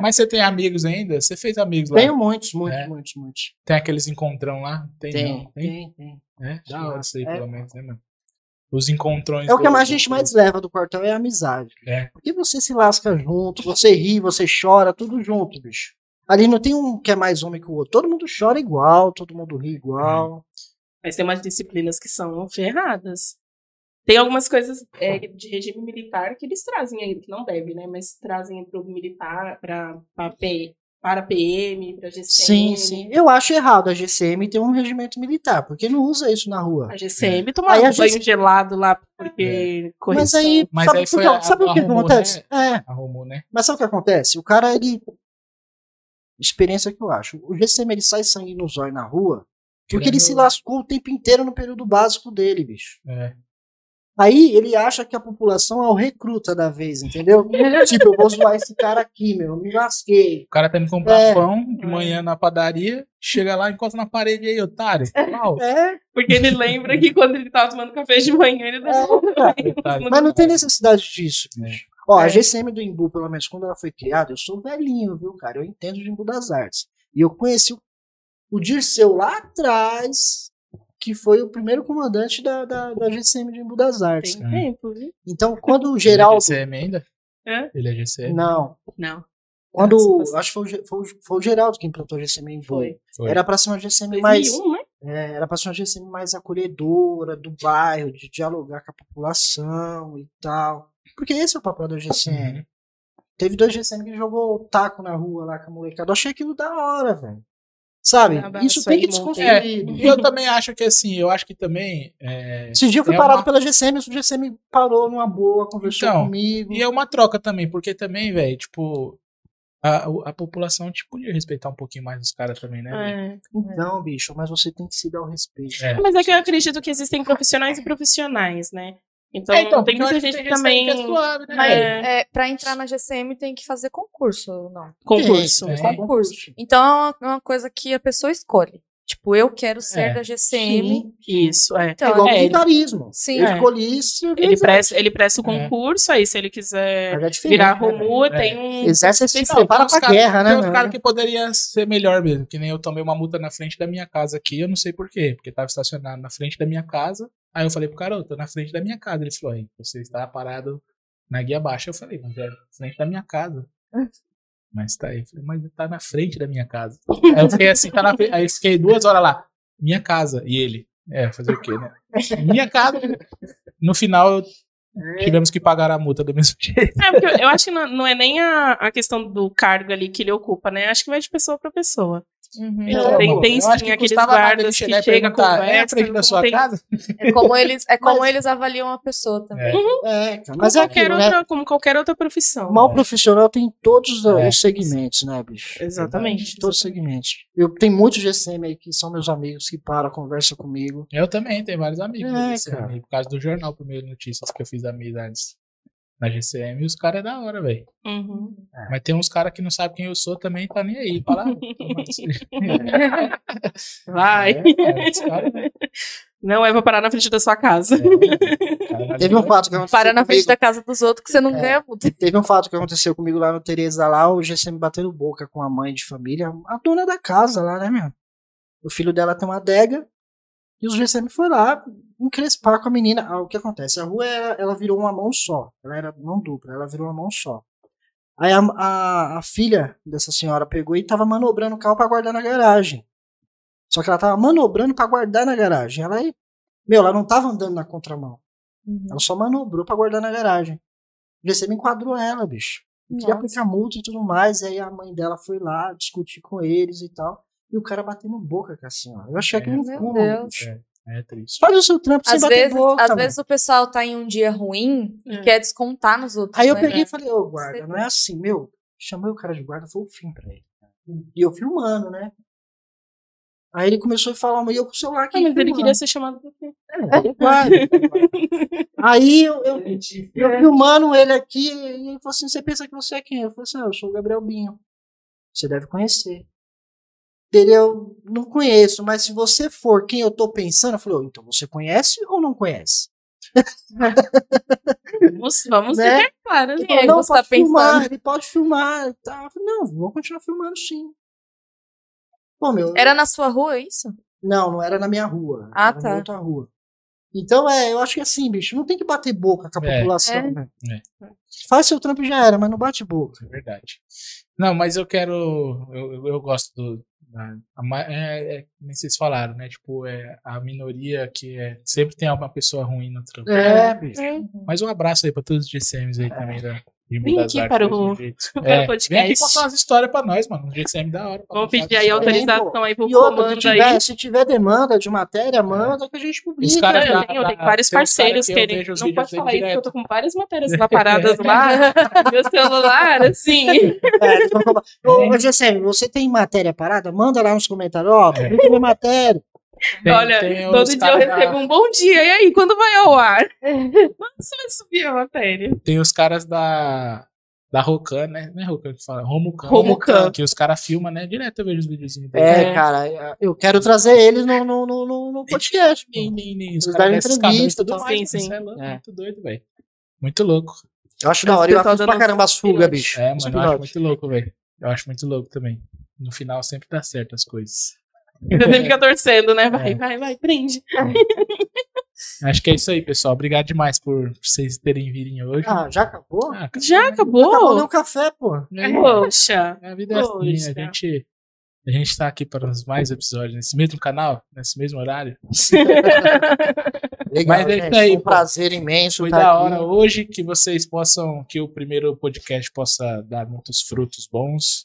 S1: Mas você tem amigos ainda? Você fez amigos lá?
S3: Tenho muitos, muitos,
S1: É.
S3: muitos, muitos.
S1: Tem aqueles encontrão lá? Tem,
S3: Tem,
S1: não? Tem?
S3: tem, tem.
S1: É? Da hora isso aí,
S3: É.
S1: pelo menos, né, mano? Os encontrões.
S3: É o que
S1: do-
S3: a gente mais leva do quartel, é a amizade.
S1: Então, É.
S3: Porque você se lasca junto, você ri, você chora, tudo junto, bicho. Ali não tem um que é mais homem que o outro. Todo mundo chora igual, todo mundo ri igual.
S4: Mas tem umas disciplinas que são ferradas. Tem algumas coisas é, de regime militar que eles trazem ainda, que não deve, né? Mas trazem pro militar, pra, pra P, para PM, pra
S1: É.
S4: GCM.
S3: Sim, sim. Eu acho errado a GCM ter um regimento militar, porque não usa isso na rua.
S4: A
S1: É.
S4: GCM tomar
S3: Aí a
S4: um banho
S3: GCM
S4: gelado lá, porque correção.
S3: Mas aí,
S1: Mas
S3: sabe,
S1: aí
S3: por
S1: foi
S3: que-
S1: a-
S3: sabe o que
S1: arrumou,
S3: acontece? É,
S1: Arrumou, né?
S3: mas sabe o que acontece? O cara, ele. Experiência que eu acho. O GCM ele sai sangue nos olhos na rua porque ele
S1: Tirando-
S3: se lascou o tempo inteiro no período básico dele, bicho.
S1: É.
S3: Aí ele acha que a população é o recruta da vez,
S4: <laughs>
S3: entendeu? tipo, eu vou zoar esse cara aqui, meu, eu me lasquei.
S1: O cara tá indo comprar
S3: É.
S1: pão de manhã na padaria, chega lá, encosta na parede aí, otário.
S3: <laughs>
S1: Pau.
S3: É,
S4: Porque ele lembra que quando ele tava tomando café de manhã, ele deixou
S3: é, cara.
S1: Otário.
S3: Mas não tem necessidade disso, bicho. Ó, a
S4: É.
S3: GCM do Imbu, pelo menos quando ela foi criada, eu sou velhinho, viu, cara? Eu entendo de Imbu das Artes. E eu conheci o, o Dirceu lá atrás, que foi o primeiro comandante da, da, da GCM de Imbu das Artes.
S4: Tem
S1: cara.
S4: tempo, viu?
S3: Então, quando o
S1: Geraldo. Ele é
S3: Geraldo.
S1: GCM ainda?
S4: Hã?
S1: Ele é GCM?
S3: Não.
S4: Não.
S3: Quando.
S4: Nossa,
S3: Acho que foi o, Ge- foi, o- foi o Geraldo que implantou a GCM em Imbu.
S4: Foi.
S1: Foi.
S3: Era pra ser uma GCM mais.
S4: 2001, né?
S3: É, era pra ser uma GCM mais acolhedora do bairro, de dialogar com a população e tal. Porque esse é o papel da GCM.
S1: Uhum.
S3: Teve dois GCM que jogou o taco na rua lá com a molecada. Eu achei aquilo da hora, velho. Sabe?
S4: Ah,
S3: Isso
S4: isso
S3: tem que
S4: aí, Monteiro.
S3: desconstruir.
S1: É, E eu também acho que assim, eu acho que também. é,
S3: Esse dia eu fui
S1: É
S3: parado
S1: uma-
S3: pela GCM, o GCM parou numa boa, conversou
S1: Então,
S3: comigo.
S1: E é uma troca também, porque também, velho, tipo. A, o- a população, tipo, podia respeitar um pouquinho mais os caras também, né? velho?
S4: É.
S3: Não, Então, bicho, mas você tem que se dar o respeito.
S1: É.
S4: Mas é que eu acredito que existem profissionais e profissionais, né? Então,
S1: É, então,
S4: tem
S1: porque eu acho
S4: muita
S1: que
S4: gente
S1: tem
S4: também.
S1: que é suave, né?
S2: Mas
S1: velho?
S2: é, pra entrar na GCM tem que fazer concurso, ou não?
S4: Concurso.
S1: Tem,
S3: Tem,
S1: tem.
S2: Concurso. Então é uma, é uma coisa que a pessoa escolhe. Tipo, eu quero ser
S1: É.
S2: da GCM.
S4: Isso, é.
S3: É
S2: Então,
S3: igual
S4: É,
S3: o
S4: ele-
S3: militarismo.
S2: Sim.
S3: Eu
S4: É.
S3: escolhi isso.
S4: Ele presta, ele presta o
S1: É.
S4: concurso, aí se ele quiser
S3: é
S4: virar Romu, tem um.
S3: né, Exército se
S1: Então,
S3: prepara
S1: tem uns
S3: pra
S1: cara-
S3: guerra, né?
S1: Tem uns
S3: mano?
S1: caras que poderia ser melhor mesmo, que nem eu tomei uma multa na frente da minha casa aqui, eu não sei por quê, porque tava estacionado na frente da minha casa. Aí eu falei pro cara, "Ô, tô na frente da minha casa. Ele falou, aí, você está parado na guia baixa. Eu falei, mas é na frente da minha casa. Mas tá aí, eu falei, mas tá na frente da minha casa. Aí eu fiquei assim, tá na frente. Aí eu fiquei duas horas lá, minha casa, e ele. É, fazer o quê, né? Minha casa. No final, eu-
S3: É,
S1: tivemos que pagar a multa do mesmo jeito.
S4: É, porque eu, eu acho que não, não é nem a, a questão do cargo ali que ele ocupa, né? Acho que vai de pessoa pra pessoa.
S2: Uhum.
S1: Então, amor,
S4: tem tem
S1: eu acho
S4: sim
S1: que
S4: aqueles
S1: custava nada ele
S4: guardas que
S1: chegar e
S4: chega,
S1: perguntar, É a
S4: conversa,
S1: frente da
S4: não
S1: sua
S4: tem-
S1: casa?
S2: É como eles, é como eles avaliam a pessoa também.
S1: É.
S3: É, cara,
S4: Mas
S3: mas é
S4: qualquer
S3: aquilo, né?
S4: outra, como qualquer outra profissão.
S3: Mal profissional tem em todos
S1: É.
S3: os segmentos, né, bicho?
S4: Exatamente.
S3: Em todos os segmentos. Eu tenho muitos GCM aí que são meus amigos que param, conversam comigo.
S1: Eu também, tenho vários amigos.
S3: É,
S1: desse,
S3: cara.
S1: amigo, por causa do jornal Primeiro Notícias que eu fiz amizades na GCM e os caras é da hora, velho.
S4: Uhum.
S3: É.
S1: Mas tem uns caras que não sabem quem eu sou também, tá nem aí. Fala, "Ah,
S3: <laughs>
S1: toma isso."
S4: Vai.
S1: É, cara, os caras, né?
S4: Não é pra parar na frente da sua casa.
S1: É, cara,
S3: Teve um fato que aconteceu
S2: Parar na frente
S3: comigo.
S2: da casa dos outros que você não
S3: É.
S2: ganha multa.
S3: Teve um fato que aconteceu comigo lá no Tereza, lá o GCM batendo boca com a mãe de família, a dona da casa lá, né, meu? O filho dela tem uma adega e os GCM foi lá encrespar com a menina. Ah, o que acontece? A rua, ela, ela virou uma mão só. Ela era mão dupla, ela virou uma mão só. Aí a, a- a filha dessa senhora pegou e tava manobrando o carro pra guardar na garagem. Só que ela tava manobrando pra guardar na garagem. Ela, aí- meu, ela não tava andando na contramão. Ela só manobrou pra guardar na garagem. O GCM enquadrou ela, bicho. Queria aplicar multa e tudo mais. E aí a mãe dela foi lá discutir com eles e tal. E o cara batendo boca com a senhora. Eu achei
S1: É.
S3: aquilo
S2: Meu
S3: um
S2: Deus.
S3: cu, bicho.
S1: É triste.
S3: Faz o seu trampo sem
S2: Às
S3: bater
S2: vezes,
S3: boca.
S2: às
S3: mano.
S2: vezes o pessoal tá em um dia ruim e
S4: É.
S2: quer descontar nos outros.
S3: Aí eu
S2: né?
S3: peguei e falei, ô guarda,
S2: Sei.
S3: não é assim, meu. Chamei o cara de guarda, foi o fim pra ele. E eu filmando, né? Aí ele começou a falar, mas eu com o celular aqui.
S4: Ah, mas ele
S3: filmando.
S4: queria ser chamado pra quê?
S3: É, ele é guarda. Aí eu, eu, E eu filmando ele aqui, e ele falou assim: Você pensa que você é quem? Eu falei assim: "Ah, Eu sou o Gabriel Binho. Você deve conhecer. Ele, eu não conheço, mas se você for quem eu tô pensando, eu falei: "Ô, Então você conhece ou não conhece?
S4: Vamos, vamos
S3: Né?
S4: ser claras.
S2: Quem é que
S3: não,
S2: você
S3: pode
S2: tá pensando?"
S3: filmar, ele pode filmar. e tal. Eu falei, não, vou continuar filmando sim. Pô, meu.
S2: Era na sua rua isso?
S3: Não, não era na minha rua.
S2: Ah,
S3: era
S2: tá.
S3: Na outra rua. Então, é, eu acho que assim, bicho, não tem que bater boca com a
S1: É.
S3: população,
S2: É.
S3: né?
S1: É.
S3: Faz seu trampo e já era, mas não bate boca.
S1: É verdade. Não, mas eu quero. Eu, eu- eu gosto do. da- a ma- é, é, que nem vocês falaram, né? Tipo, é a minoria que é, sempre tem alguma pessoa ruim no trampo.
S3: É, bicho.
S1: Mas um abraço aí pra todos os GCMs
S3: É.
S1: aí também da de
S4: Vem
S1: das
S4: aqui
S1: Artes,
S4: para o-
S1: dos Direitos.
S4: <laughs> para o
S1: É, Vem aqui
S4: podcast.
S1: contar umas histórias pra nós, mano. Um GCM da hora. pra
S4: Vamos
S1: contar
S4: pedir aí
S1: umas histórias.
S4: autorização aí pro
S3: E outra, se
S4: comando aí.
S3: tiver, se tiver demanda de matéria, manda que a gente publica.
S1: Os caras
S4: Não, eu
S1: da-
S4: tenho, eu tenho
S1: da- tem
S4: vários
S1: uns cara
S4: parceiros
S1: que eu
S4: que ele
S1: vejo os
S4: não
S1: vídeos
S4: pode
S1: dele
S4: falar isso, porque
S1: direto.
S4: eu tô com várias matérias
S1: <laughs>
S4: lá paradas lá <laughs> no meu celular, assim.
S3: É, eles vão cobrar. <laughs> Ô, ô, GCM, você tem matéria parada? Manda lá nos comentários. Ó,
S1: É.
S3: publica minha matéria.
S1: Tem-
S4: Olha,
S1: tem
S4: todo
S1: os
S4: dia eu
S1: cara da-
S4: recebo um bom dia, e aí, quando vai
S1: <laughs>
S4: ao ar? Quando você vai subir a matéria?
S1: Tem os caras da. Da Rocan, né? Não é Rocan que fala, Romucan.
S4: Romucan.
S1: Que os caras filmam, né? Direto eu vejo os videozinhos dele.
S3: É, cara, eu quero trazer eles no, no, no, no, no <laughs> podcast.
S1: Nem, nem, nem. Os caras
S3: Eles deram
S1: descem os
S3: entrevista,
S1: cabelos e tudo
S3: tal.
S1: mais. mano,
S4: Sim, sim.
S1: Isso é louco,
S3: né? É.
S1: muito doido, velho. Muito louco.
S3: Eu acho
S4: Mas
S3: da hora. Eu
S4: o pessoal
S3: acuso
S4: da
S3: pra
S4: nossa
S3: caramba as fugas, bicho.
S1: É, mano, eu
S3: Os
S1: acho
S3: pilotes.
S1: muito louco, velho. Eu acho muito louco também. No final sempre dá certo as coisas.
S4: Você fica torcendo, né? Vai,
S1: É.
S4: vai, vai, prende.
S1: Acho que é isso aí, pessoal. Obrigado demais por vocês terem virem hoje.
S3: Ah, já acabou?
S1: Ah, cara, né?
S4: Já
S3: Acabou nem
S4: acabou?
S3: um café, pô.
S4: Poxa.
S1: a vida é assim,
S4: Poxa.
S1: a gente, a gente tá aqui para os mais episódios nesse mesmo canal, nesse mesmo horário.
S3: Legal,
S1: Mas é isso
S3: gente,
S1: aí,
S3: foi um
S1: pô.
S3: prazer imenso
S1: Foi
S3: tá
S1: da
S3: aqui.
S1: hora hoje que vocês possam, que o primeiro podcast possa dar muitos frutos bons,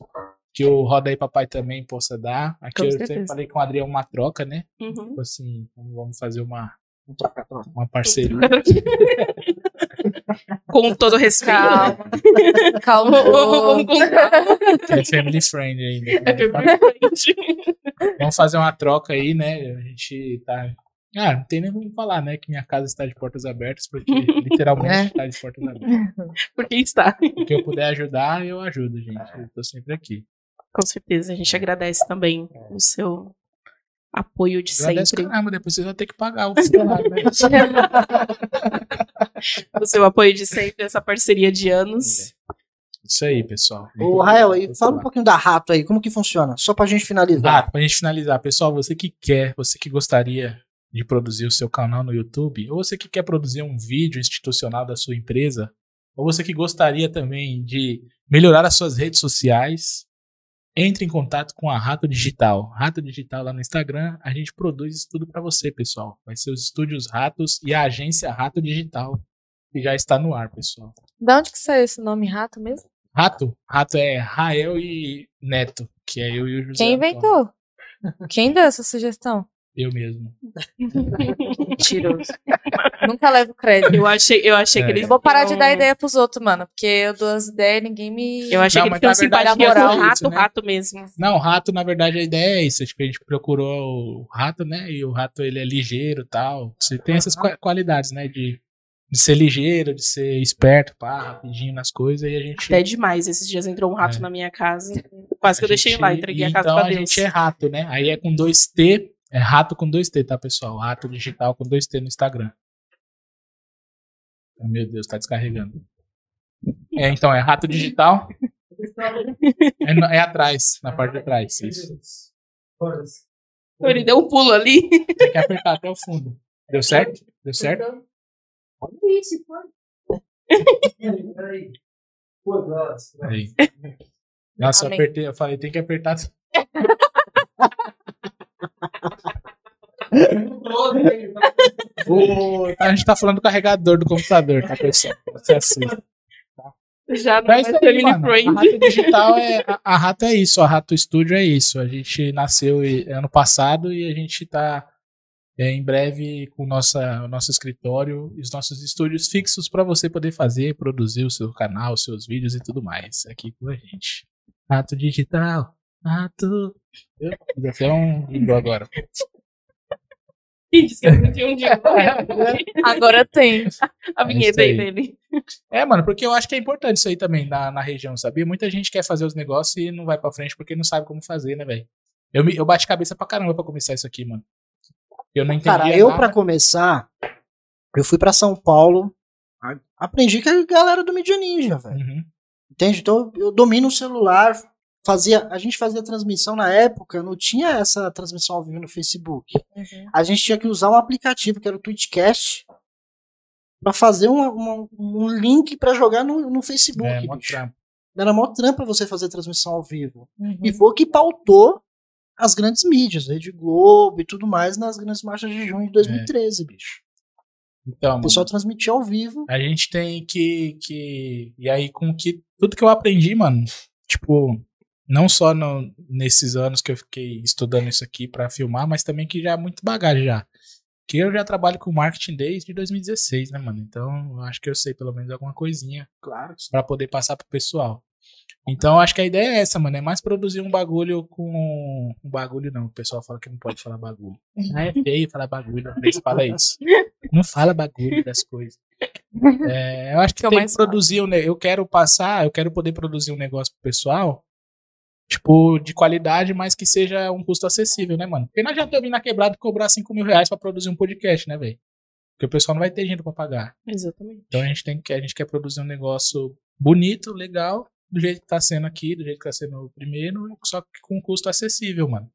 S1: que o Roda aí Papai também possa dar. Aqui
S4: Com
S1: eu sempre
S4: certeza.
S1: falei com o Adriel uma troca, né?
S4: Uhum.
S1: Tipo assim, vamos fazer uma,
S3: Troca, troca.
S1: uma parceria.
S4: <laughs> Com todo respeito. né? <laughs>
S2: Calma. Calma.
S4: Vamos com calma.
S1: É family friend
S4: É
S1: ainda. né? Vamos fazer uma troca aí, né? A gente tá. Ah, não tem nem como falar, né? Que minha casa está de portas abertas, porque literalmente
S3: É.
S1: está de portas abertas.
S4: Porque está.
S1: O que eu puder ajudar, eu ajudo, gente. Eu tô sempre aqui.
S4: Com certeza, a gente agradece também o seu apoio de
S1: Agradeço
S4: sempre.
S1: caramba, depois vocês vão ter que pagar o <laughs> funcionário, né?
S4: <laughs> O seu apoio de sempre, essa parceria de anos.
S1: Isso aí, pessoal.
S3: Ô, Rael, e
S1: Vamos
S3: fala um
S1: lá.
S3: pouquinho da rato aí. Como que funciona? Só pra gente finalizar.
S1: Ah, pra gente finalizar, pessoal, você que quer, você que gostaria de produzir o seu canal no YouTube, ou você que quer produzir um vídeo institucional da sua empresa, ou você que gostaria também de melhorar as suas redes sociais, entre em contato com a Rato Digital. Rato Digital lá no Instagram, a gente produz isso tudo pra você, pessoal. Vai ser os estúdios Ratos e a agência Rato Digital, que já está no ar, pessoal.
S2: Da onde que saiu esse nome rato mesmo?
S1: Rato? Rato é Rael e Neto, que é eu e o José.
S2: Quem
S1: Antônio.
S2: inventou? Quem deu essa sugestão?
S1: Eu mesmo.
S2: Mentiroso. Nunca levo crédito.
S4: Eu achei, eu achei que
S1: É.
S4: eles.
S2: Eu vou parar de
S4: tinham-
S2: dar ideia pros outros, mano. Porque eu dou as ideias e ninguém me.
S4: Eu achei
S1: Não,
S4: que
S1: mas
S4: eles tinham
S1: na verdade
S4: simpatia
S2: é
S4: com o
S1: moral
S4: rato,
S1: isso, né?
S4: rato mesmo.
S1: Não, o rato, na verdade, a ideia é isso. Acho que a gente procurou o rato, né? E o rato, ele é ligeiro e tal. Você tem essas qua- qualidades, né? De, de ser ligeiro, de ser esperto, pá, rapidinho nas coisas. E a gente...
S4: Até demais. Esses dias entrou um rato
S1: É.
S4: na minha casa. Quase que eu
S1: a
S4: deixei
S1: gente-
S4: lá, entreguei a casa
S1: então,
S4: pra
S1: a
S4: Deus.
S1: gente é rato, né? Aí é com 2T. É rato com 2T, tá, pessoal? Rato digital com 2T no Instagram. Oh, Meu Deus, tá descarregando. É, então, é rato digital. É, na- é atrás, na parte de trás. Isso.
S5: Horas.
S4: Ele deu um pulo ali.
S1: Tem que apertar até o fundo. Deu certo? Deu certo?
S5: Olha isso, pai. Peraí, peraí. Pô, nossa.
S1: Aí. <laughs> Nossa, eu
S2: Amém.
S1: apertei, eu falei, tem que apertar. <laughs> Ô, a gente tá falando do carregador do computador, tá, pessoal? Você assusta.
S4: Já não
S1: Mas
S4: vai
S1: isso
S4: ser
S1: aí,
S4: mini
S1: mano, a
S4: friend.
S1: Rato Digital é. A, a Rato é isso, a Rato Studio é isso. A gente nasceu e- ano passado e a gente tá é, em breve com nossa, o nosso escritório e os nossos estúdios fixos pra você poder fazer, produzir o seu canal, os seus vídeos e tudo mais aqui com a gente. Rato Digital, Rato. Eu fiz até um jingle agora.
S4: Ih, Diz que eu senti um dia.
S2: Agora tem.
S1: <laughs>
S4: A
S1: É isso
S4: vinheta aí
S1: aí.
S4: dele.
S1: É, mano, porque eu acho que é importante isso aí também na, na região, sabia? Muita gente quer fazer os negócios e não vai pra frente porque não sabe como fazer, né, velho? Eu, me- eu bati cabeça pra caramba pra começar isso aqui, mano. Eu não entendi.
S3: Cara, eu pra começar, eu fui pra São Paulo, a- aprendi com a galera do Media Ninja, velho.
S1: Uhum.
S3: Entende? Então eu domino o celular, fazia, a gente fazia transmissão na época, não tinha essa transmissão ao vivo no Facebook.
S2: Uhum,
S3: A gente tinha que usar um aplicativo que era o Twitchcast pra fazer uma- uma- um link pra jogar no, no Facebook.
S1: É, mó
S3: bicho.
S1: trampo.
S3: Era mó trampa você fazer transmissão ao vivo.
S2: uhum.
S3: E foi o que pautou as grandes mídias, Rede Globo e tudo mais, nas grandes marchas de
S1: É.
S3: junho de 2013, bicho.
S1: Então,
S3: O
S1: mano,
S3: pessoal transmitia ao vivo.
S1: a gente tem que, que. E aí, com que. Tudo que eu aprendi, mano, tipo, não só no- nesses anos que eu fiquei estudando isso aqui pra filmar, mas também que já é muito bagagem já. Que eu já trabalho com marketing desde 2016, né, mano? Então, eu acho que eu sei pelo menos alguma coisinha.
S3: Claro.
S1: Pra poder passar pro pessoal. Então acho que a ideia é essa, mano, é mais produzir um bagulho com um bagulho não, o pessoal fala que não pode falar bagulho. Ah, é feio falar bagulho, não fala isso. Não fala bagulho das coisas. É, eu acho que,
S2: Que eu
S1: tem que
S2: mais falo.
S1: produzir, um ne- eu quero passar, eu quero poder produzir um negócio pro pessoal, tipo, de qualidade, mas que seja um custo acessível, né, mano? Porque não adianta eu vir na quebrada e cobrar 5 mil reais pra produzir um podcast, né, velho? Porque o pessoal não vai ter dinheiro pra pagar.
S4: Exatamente.
S1: Então a gente tem que a gente quer produzir um negócio bonito, legal, do jeito que tá sendo aqui, do jeito que tá sendo o primeiro, só que com um custo acessível, mano.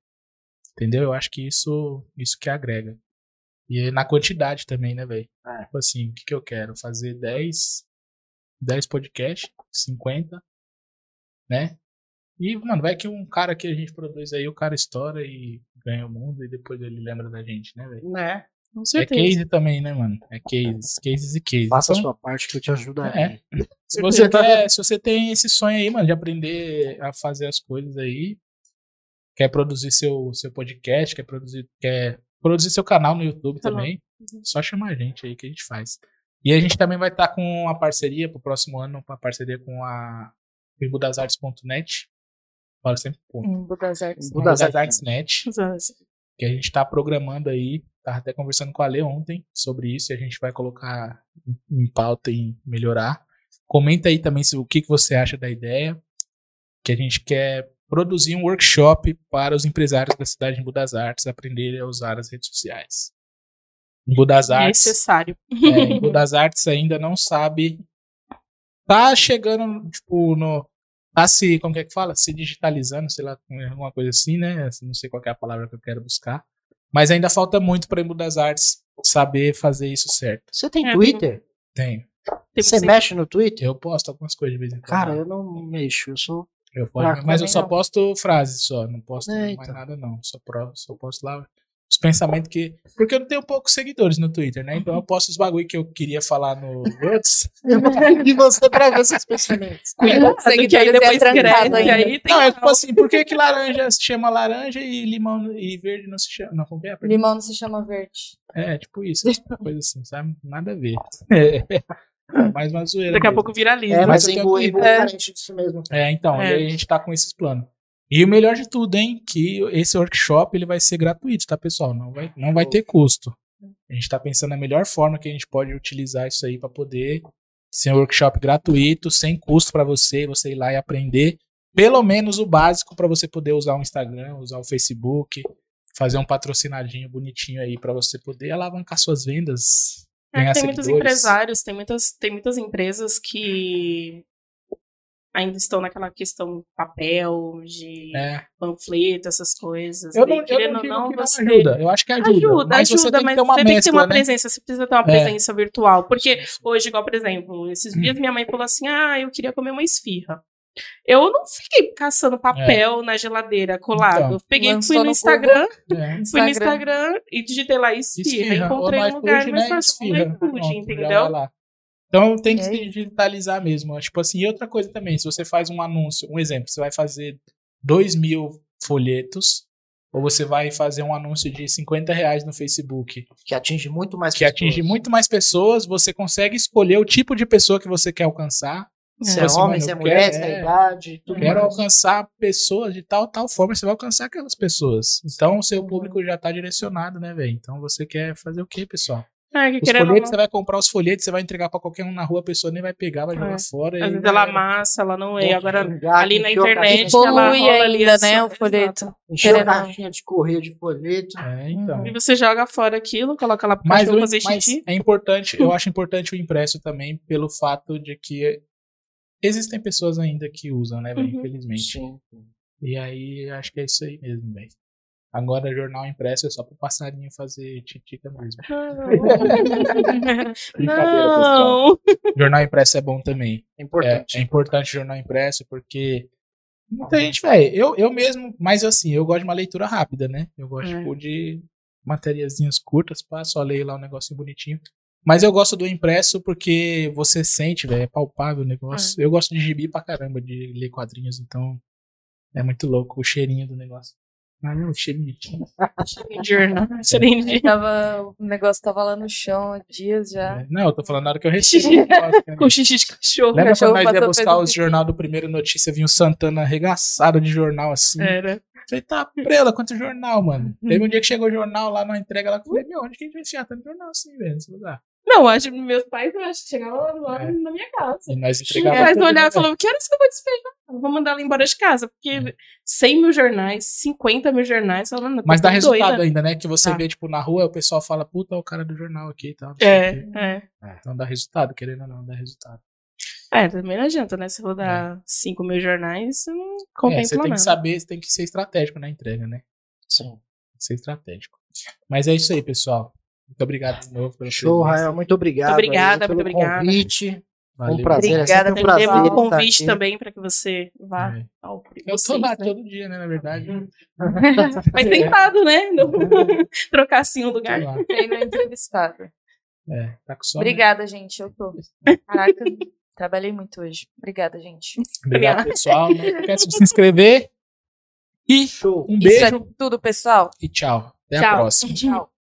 S1: Entendeu? Eu acho que isso isso que agrega. E aí na quantidade também, né, velho?
S3: É.
S1: Tipo assim, o que, que eu quero? Fazer 10 10 podcasts, 50, né? E, mano, vai que um cara que a gente produz aí, o cara estoura e ganha o mundo e depois ele lembra da gente, né, velho?
S4: Né? Com
S1: É
S4: certeza.
S1: case também, né, mano? É cases, cases e cases.
S3: Faça a
S1: Então,
S3: sua parte que eu te ajudarei.
S1: É. se você, quer, se você tem esse sonho aí, mano, de aprender a fazer as coisas aí, quer produzir seu, seu podcast, quer produzir, quer produzir seu canal no YouTube
S4: Canal.
S1: também, só chamar a gente aí que a gente faz. E a gente também vai estar com uma parceria pro próximo ano, uma parceria com a tribudasartes.net. Falo sempre ponto.
S2: Em Budas Artes.
S3: Budas Artes.
S1: Artes.net que a gente está programando aí. Tava até conversando com a Ale ontem sobre isso e a gente vai colocar em- em pauta e melhorar. Comenta aí também se, o que, que você acha da ideia, que a gente quer produzir um workshop para os empresários da cidade de Budas Artes aprenderem a usar as redes sociais. Em Budas
S4: É,
S1: Artes,
S4: Necessário.
S1: é, em Budas Artes ainda não sabe. Tá chegando, tipo, no. Tá se, como que é que fala? Se digitalizando, sei lá, alguma coisa assim, né? Não sei qual que é a palavra que eu quero buscar. Mas ainda falta muito pra Embu das Artes saber fazer isso certo.
S3: Você tem um
S4: É,
S3: Twitter?
S1: Tenho.
S4: Temos
S3: Você
S4: que-
S3: mexe no Twitter?
S1: Eu posto algumas coisas de vez em quando.
S3: Cara, eu não mexo, eu sou.
S1: Eu
S3: Ah,
S1: posto, mas eu
S2: também
S1: só
S2: não.
S1: posto frases só, não posto
S3: É,
S1: mais
S3: então.
S1: nada não. Só, pro, só posto lá. Os pensamentos que. Porque eu não tenho poucos seguidores no Twitter, né? Então eu
S3: Uhum.
S1: posto os bagulho que eu queria falar no Words.
S3: Eu vou <laughs> pedir você pra ver seus pensamentos.
S2: Cuidado,
S4: Sabe que aí depois cresce,
S2: ainda.
S4: aí tem
S1: Não, é tipo
S4: algo.
S1: assim, por que, que laranja se chama laranja e limão e verde não se chama. Não, como que é? a pergunta?
S2: Limão não se chama verde.
S1: É, tipo isso, uma coisa assim, sabe? Nada a ver. <laughs> É, mais uma zoeira.
S4: Daqui a
S1: mesmo.
S4: pouco viraliza.
S3: É, mas
S1: eu
S3: em
S1: tenho
S3: Goiânia
S1: que-
S3: é diferente disso mesmo.
S1: É, então,
S4: É.
S1: e aí a gente tá com esses planos. E o melhor de tudo, hein, que esse workshop ele vai ser gratuito, tá, pessoal? Não vai, não vai ter custo. A gente tá pensando na melhor forma que a gente pode utilizar isso aí pra poder ser um workshop gratuito, sem custo pra você, você ir lá e aprender pelo menos o básico pra você poder usar o Instagram, usar o Facebook, fazer um patrocinadinho bonitinho aí pra você poder alavancar suas vendas,
S4: É,
S1: ganhar
S4: tem muitos
S1: seguidores.
S4: empresários, tem muitas, tem muitas empresas que ainda estão naquela questão papel, de
S1: É.
S4: panfleto, essas coisas.
S1: Eu
S4: né?
S1: não, eu
S4: Querendo
S1: não
S4: ou
S1: digo que não
S4: você-
S1: ajuda. Eu acho que ajuda.
S4: Ajuda,
S1: mas você
S4: ajuda,
S1: tem que
S4: mas
S1: ter uma
S4: você tem que ter
S1: mescla, né?
S4: uma
S1: É.
S4: presença, você precisa ter uma presença virtual. Porque hoje, igual, por exemplo, esses
S1: Hum.
S4: dias minha mãe falou assim: ah, eu queria comer uma esfirra. Eu não fiquei caçando papel na geladeira colado.
S1: É. Então.
S4: eu peguei,
S2: Lançou
S4: fui no
S2: no
S4: Instagram,
S1: É.
S4: fui no Instagram e digitei lá esfirra. Encontrei um
S1: Ou no
S4: lugar
S1: iFood,
S4: mais
S1: né?
S4: fácil
S1: Esfirra.
S4: no
S1: Pronto,
S4: iFood,
S1: já
S4: entendeu?
S1: vai lá. Então tem que
S2: É
S1: se digitalizar mesmo. ó. Tipo assim, e outra coisa também, se você faz um anúncio, um exemplo, você vai fazer dois mil folhetos, ou você vai fazer um anúncio de 50 reais no Facebook,
S3: Que atinge muito mais
S1: que atinge muito mais pessoas, você consegue escolher o tipo de pessoa que você quer alcançar.
S3: Se
S1: Tipo
S3: é
S1: assim,
S3: homem,
S1: mano,
S3: se é
S1: eu
S3: mulher,
S1: quero-
S3: se é
S1: é.
S3: idade, tudo
S1: Quero
S4: Uhum.
S3: mais.
S1: alcançar pessoas de tal tal forma, você vai alcançar aquelas pessoas. Então o
S4: Uhum.
S1: seu público já tá direcionado, né, velho? Então você quer fazer o quê, pessoal?
S4: É, que
S1: Os
S4: querendo ou
S1: folhetos,
S4: não,
S1: você vai comprar os folhetos, você vai entregar pra qualquer um na rua, a pessoa nem vai pegar, vai jogar
S4: É.
S1: fora.
S4: às
S1: e
S4: vezes
S1: já
S4: ela
S1: era.
S4: amassa, ela não é.
S3: Enche
S4: Agora,
S3: um gato,
S4: ali na
S3: enche uma
S4: internet,
S3: caixinha de-
S4: ela
S2: Polui
S4: É, então rola ali
S2: ainda,
S4: assim,
S2: né, o
S4: exato.
S2: folheto.
S3: Encheu a
S2: querendo-
S3: caixinha de correio de folheto.
S1: É, então.
S4: E você joga fora aquilo, coloca lá pro
S1: Mas,
S4: cachorro
S1: o-
S4: Uhum. um fazer
S1: mas <laughs>
S4: xixi.
S1: é importante,
S4: <laughs>
S1: eu acho importante o impresso também pelo fato de que existem pessoas ainda que usam, né, velho?
S4: Uhum.
S1: Infelizmente.
S3: Sim.
S1: E aí, acho que é isso aí mesmo, velho. Agora, jornal impresso é só pro passarinho fazer titita mesmo. Brincadeira, pessoal.
S4: Não!
S1: Jornal impresso é bom também.
S3: É
S1: É,
S3: importante.
S1: é importante o jornal impresso, porque muita gente, velho, eu, eu mesmo, mas assim, eu gosto de uma leitura rápida, né? Eu gosto
S4: É.
S1: tipo, de matériazinhas curtas, pá, só leio lá um negocinho bonitinho. Mas eu gosto do impresso porque você sente, velho, é palpável o negócio. Eu gosto de gibi pra caramba, de ler quadrinhos, então é muito louco o cheirinho do negócio. Ah, não, o cheirinho de tinta.
S4: Jornal, serem de-
S2: Tava, o negócio tava lá no chão há dias já.
S1: né? Não, eu tô falando na hora que eu recebi. o negócio, né?
S4: com xixi de cachorro.
S1: Lembra
S2: cachorro
S1: quando nós ia
S2: passou, fez
S1: buscar
S2: um
S1: os
S2: xixi.
S1: jornal do Primeiro Notícia, vinha o Santana arregaçado de jornal assim.
S4: Era.
S1: Falei, tá, prela, quanto jornal, mano. Teve um dia que chegou o jornal lá na entrega lá, eu falei, meu, onde que a gente vai enfiar tanto jornal assim, velho, nesse lugar?
S4: Não, acho que meus pais, eu acho que chegaram lá, lá
S1: É.
S4: na minha casa.
S1: E nós
S4: Meus
S1: entregava
S4: pais
S1: tudo,
S4: olharam
S1: né,
S4: e falaram, que horas que eu vou despejar? Eu vou mandar ela embora de casa,
S1: É.
S4: porque 100 mil jornais, 50 mil jornais, ela não
S1: velho? Mas dá
S4: doida.
S1: resultado ainda, né? Que você
S4: Tá.
S1: vê, tipo, na rua, o pessoal fala, puta, é o cara do jornal aqui e tal. não sei o quê.
S4: É, é.
S1: Então dá resultado, querendo ou não, dá resultado.
S4: É, também não adianta, né? Se eu vou dar 5 mil jornais, você não contempla
S1: É, você tem
S4: nada.
S1: que saber, você tem que ser estratégico na entrega, né?
S3: Sim.
S1: Tem que ser estratégico. Mas é isso aí, pessoal. Muito obrigado de novo pela
S3: Show,
S1: presença.
S3: Rael. Muito obrigado.
S4: Muito obrigada,
S3: aí pelo
S4: muito obrigada.
S3: convite. Foi
S1: Valeu.
S3: Um prazer. É
S2: Obrigada
S3: sempre
S2: por
S3: um
S2: ter
S3: prazer.
S4: Temos
S2: vindo.
S4: um
S3: estar
S4: convite
S3: aqui.
S4: também para que você vá
S1: É.
S4: ao
S1: Eu tô
S4: vocês,
S1: lá
S4: né?
S1: todo dia, né, na verdade.
S4: Mas tentado, né? Não
S1: É.
S4: <laughs> trocar assim o
S1: Tô
S4: lugar.
S1: lá.
S2: Tem no entrevistado.
S1: É, tá com sono. né?
S2: Obrigada, gente. Eu
S1: <laughs>
S2: tô. Caraca, trabalhei muito hoje. Obrigada, gente.
S1: Obrigado, pessoal. Não esquece de se inscrever. E
S3: Show.
S1: um
S2: Isso é
S1: beijo
S2: tudo, pessoal.
S1: e tchau. Até a
S4: Tchau.
S1: próxima.
S2: Tchau.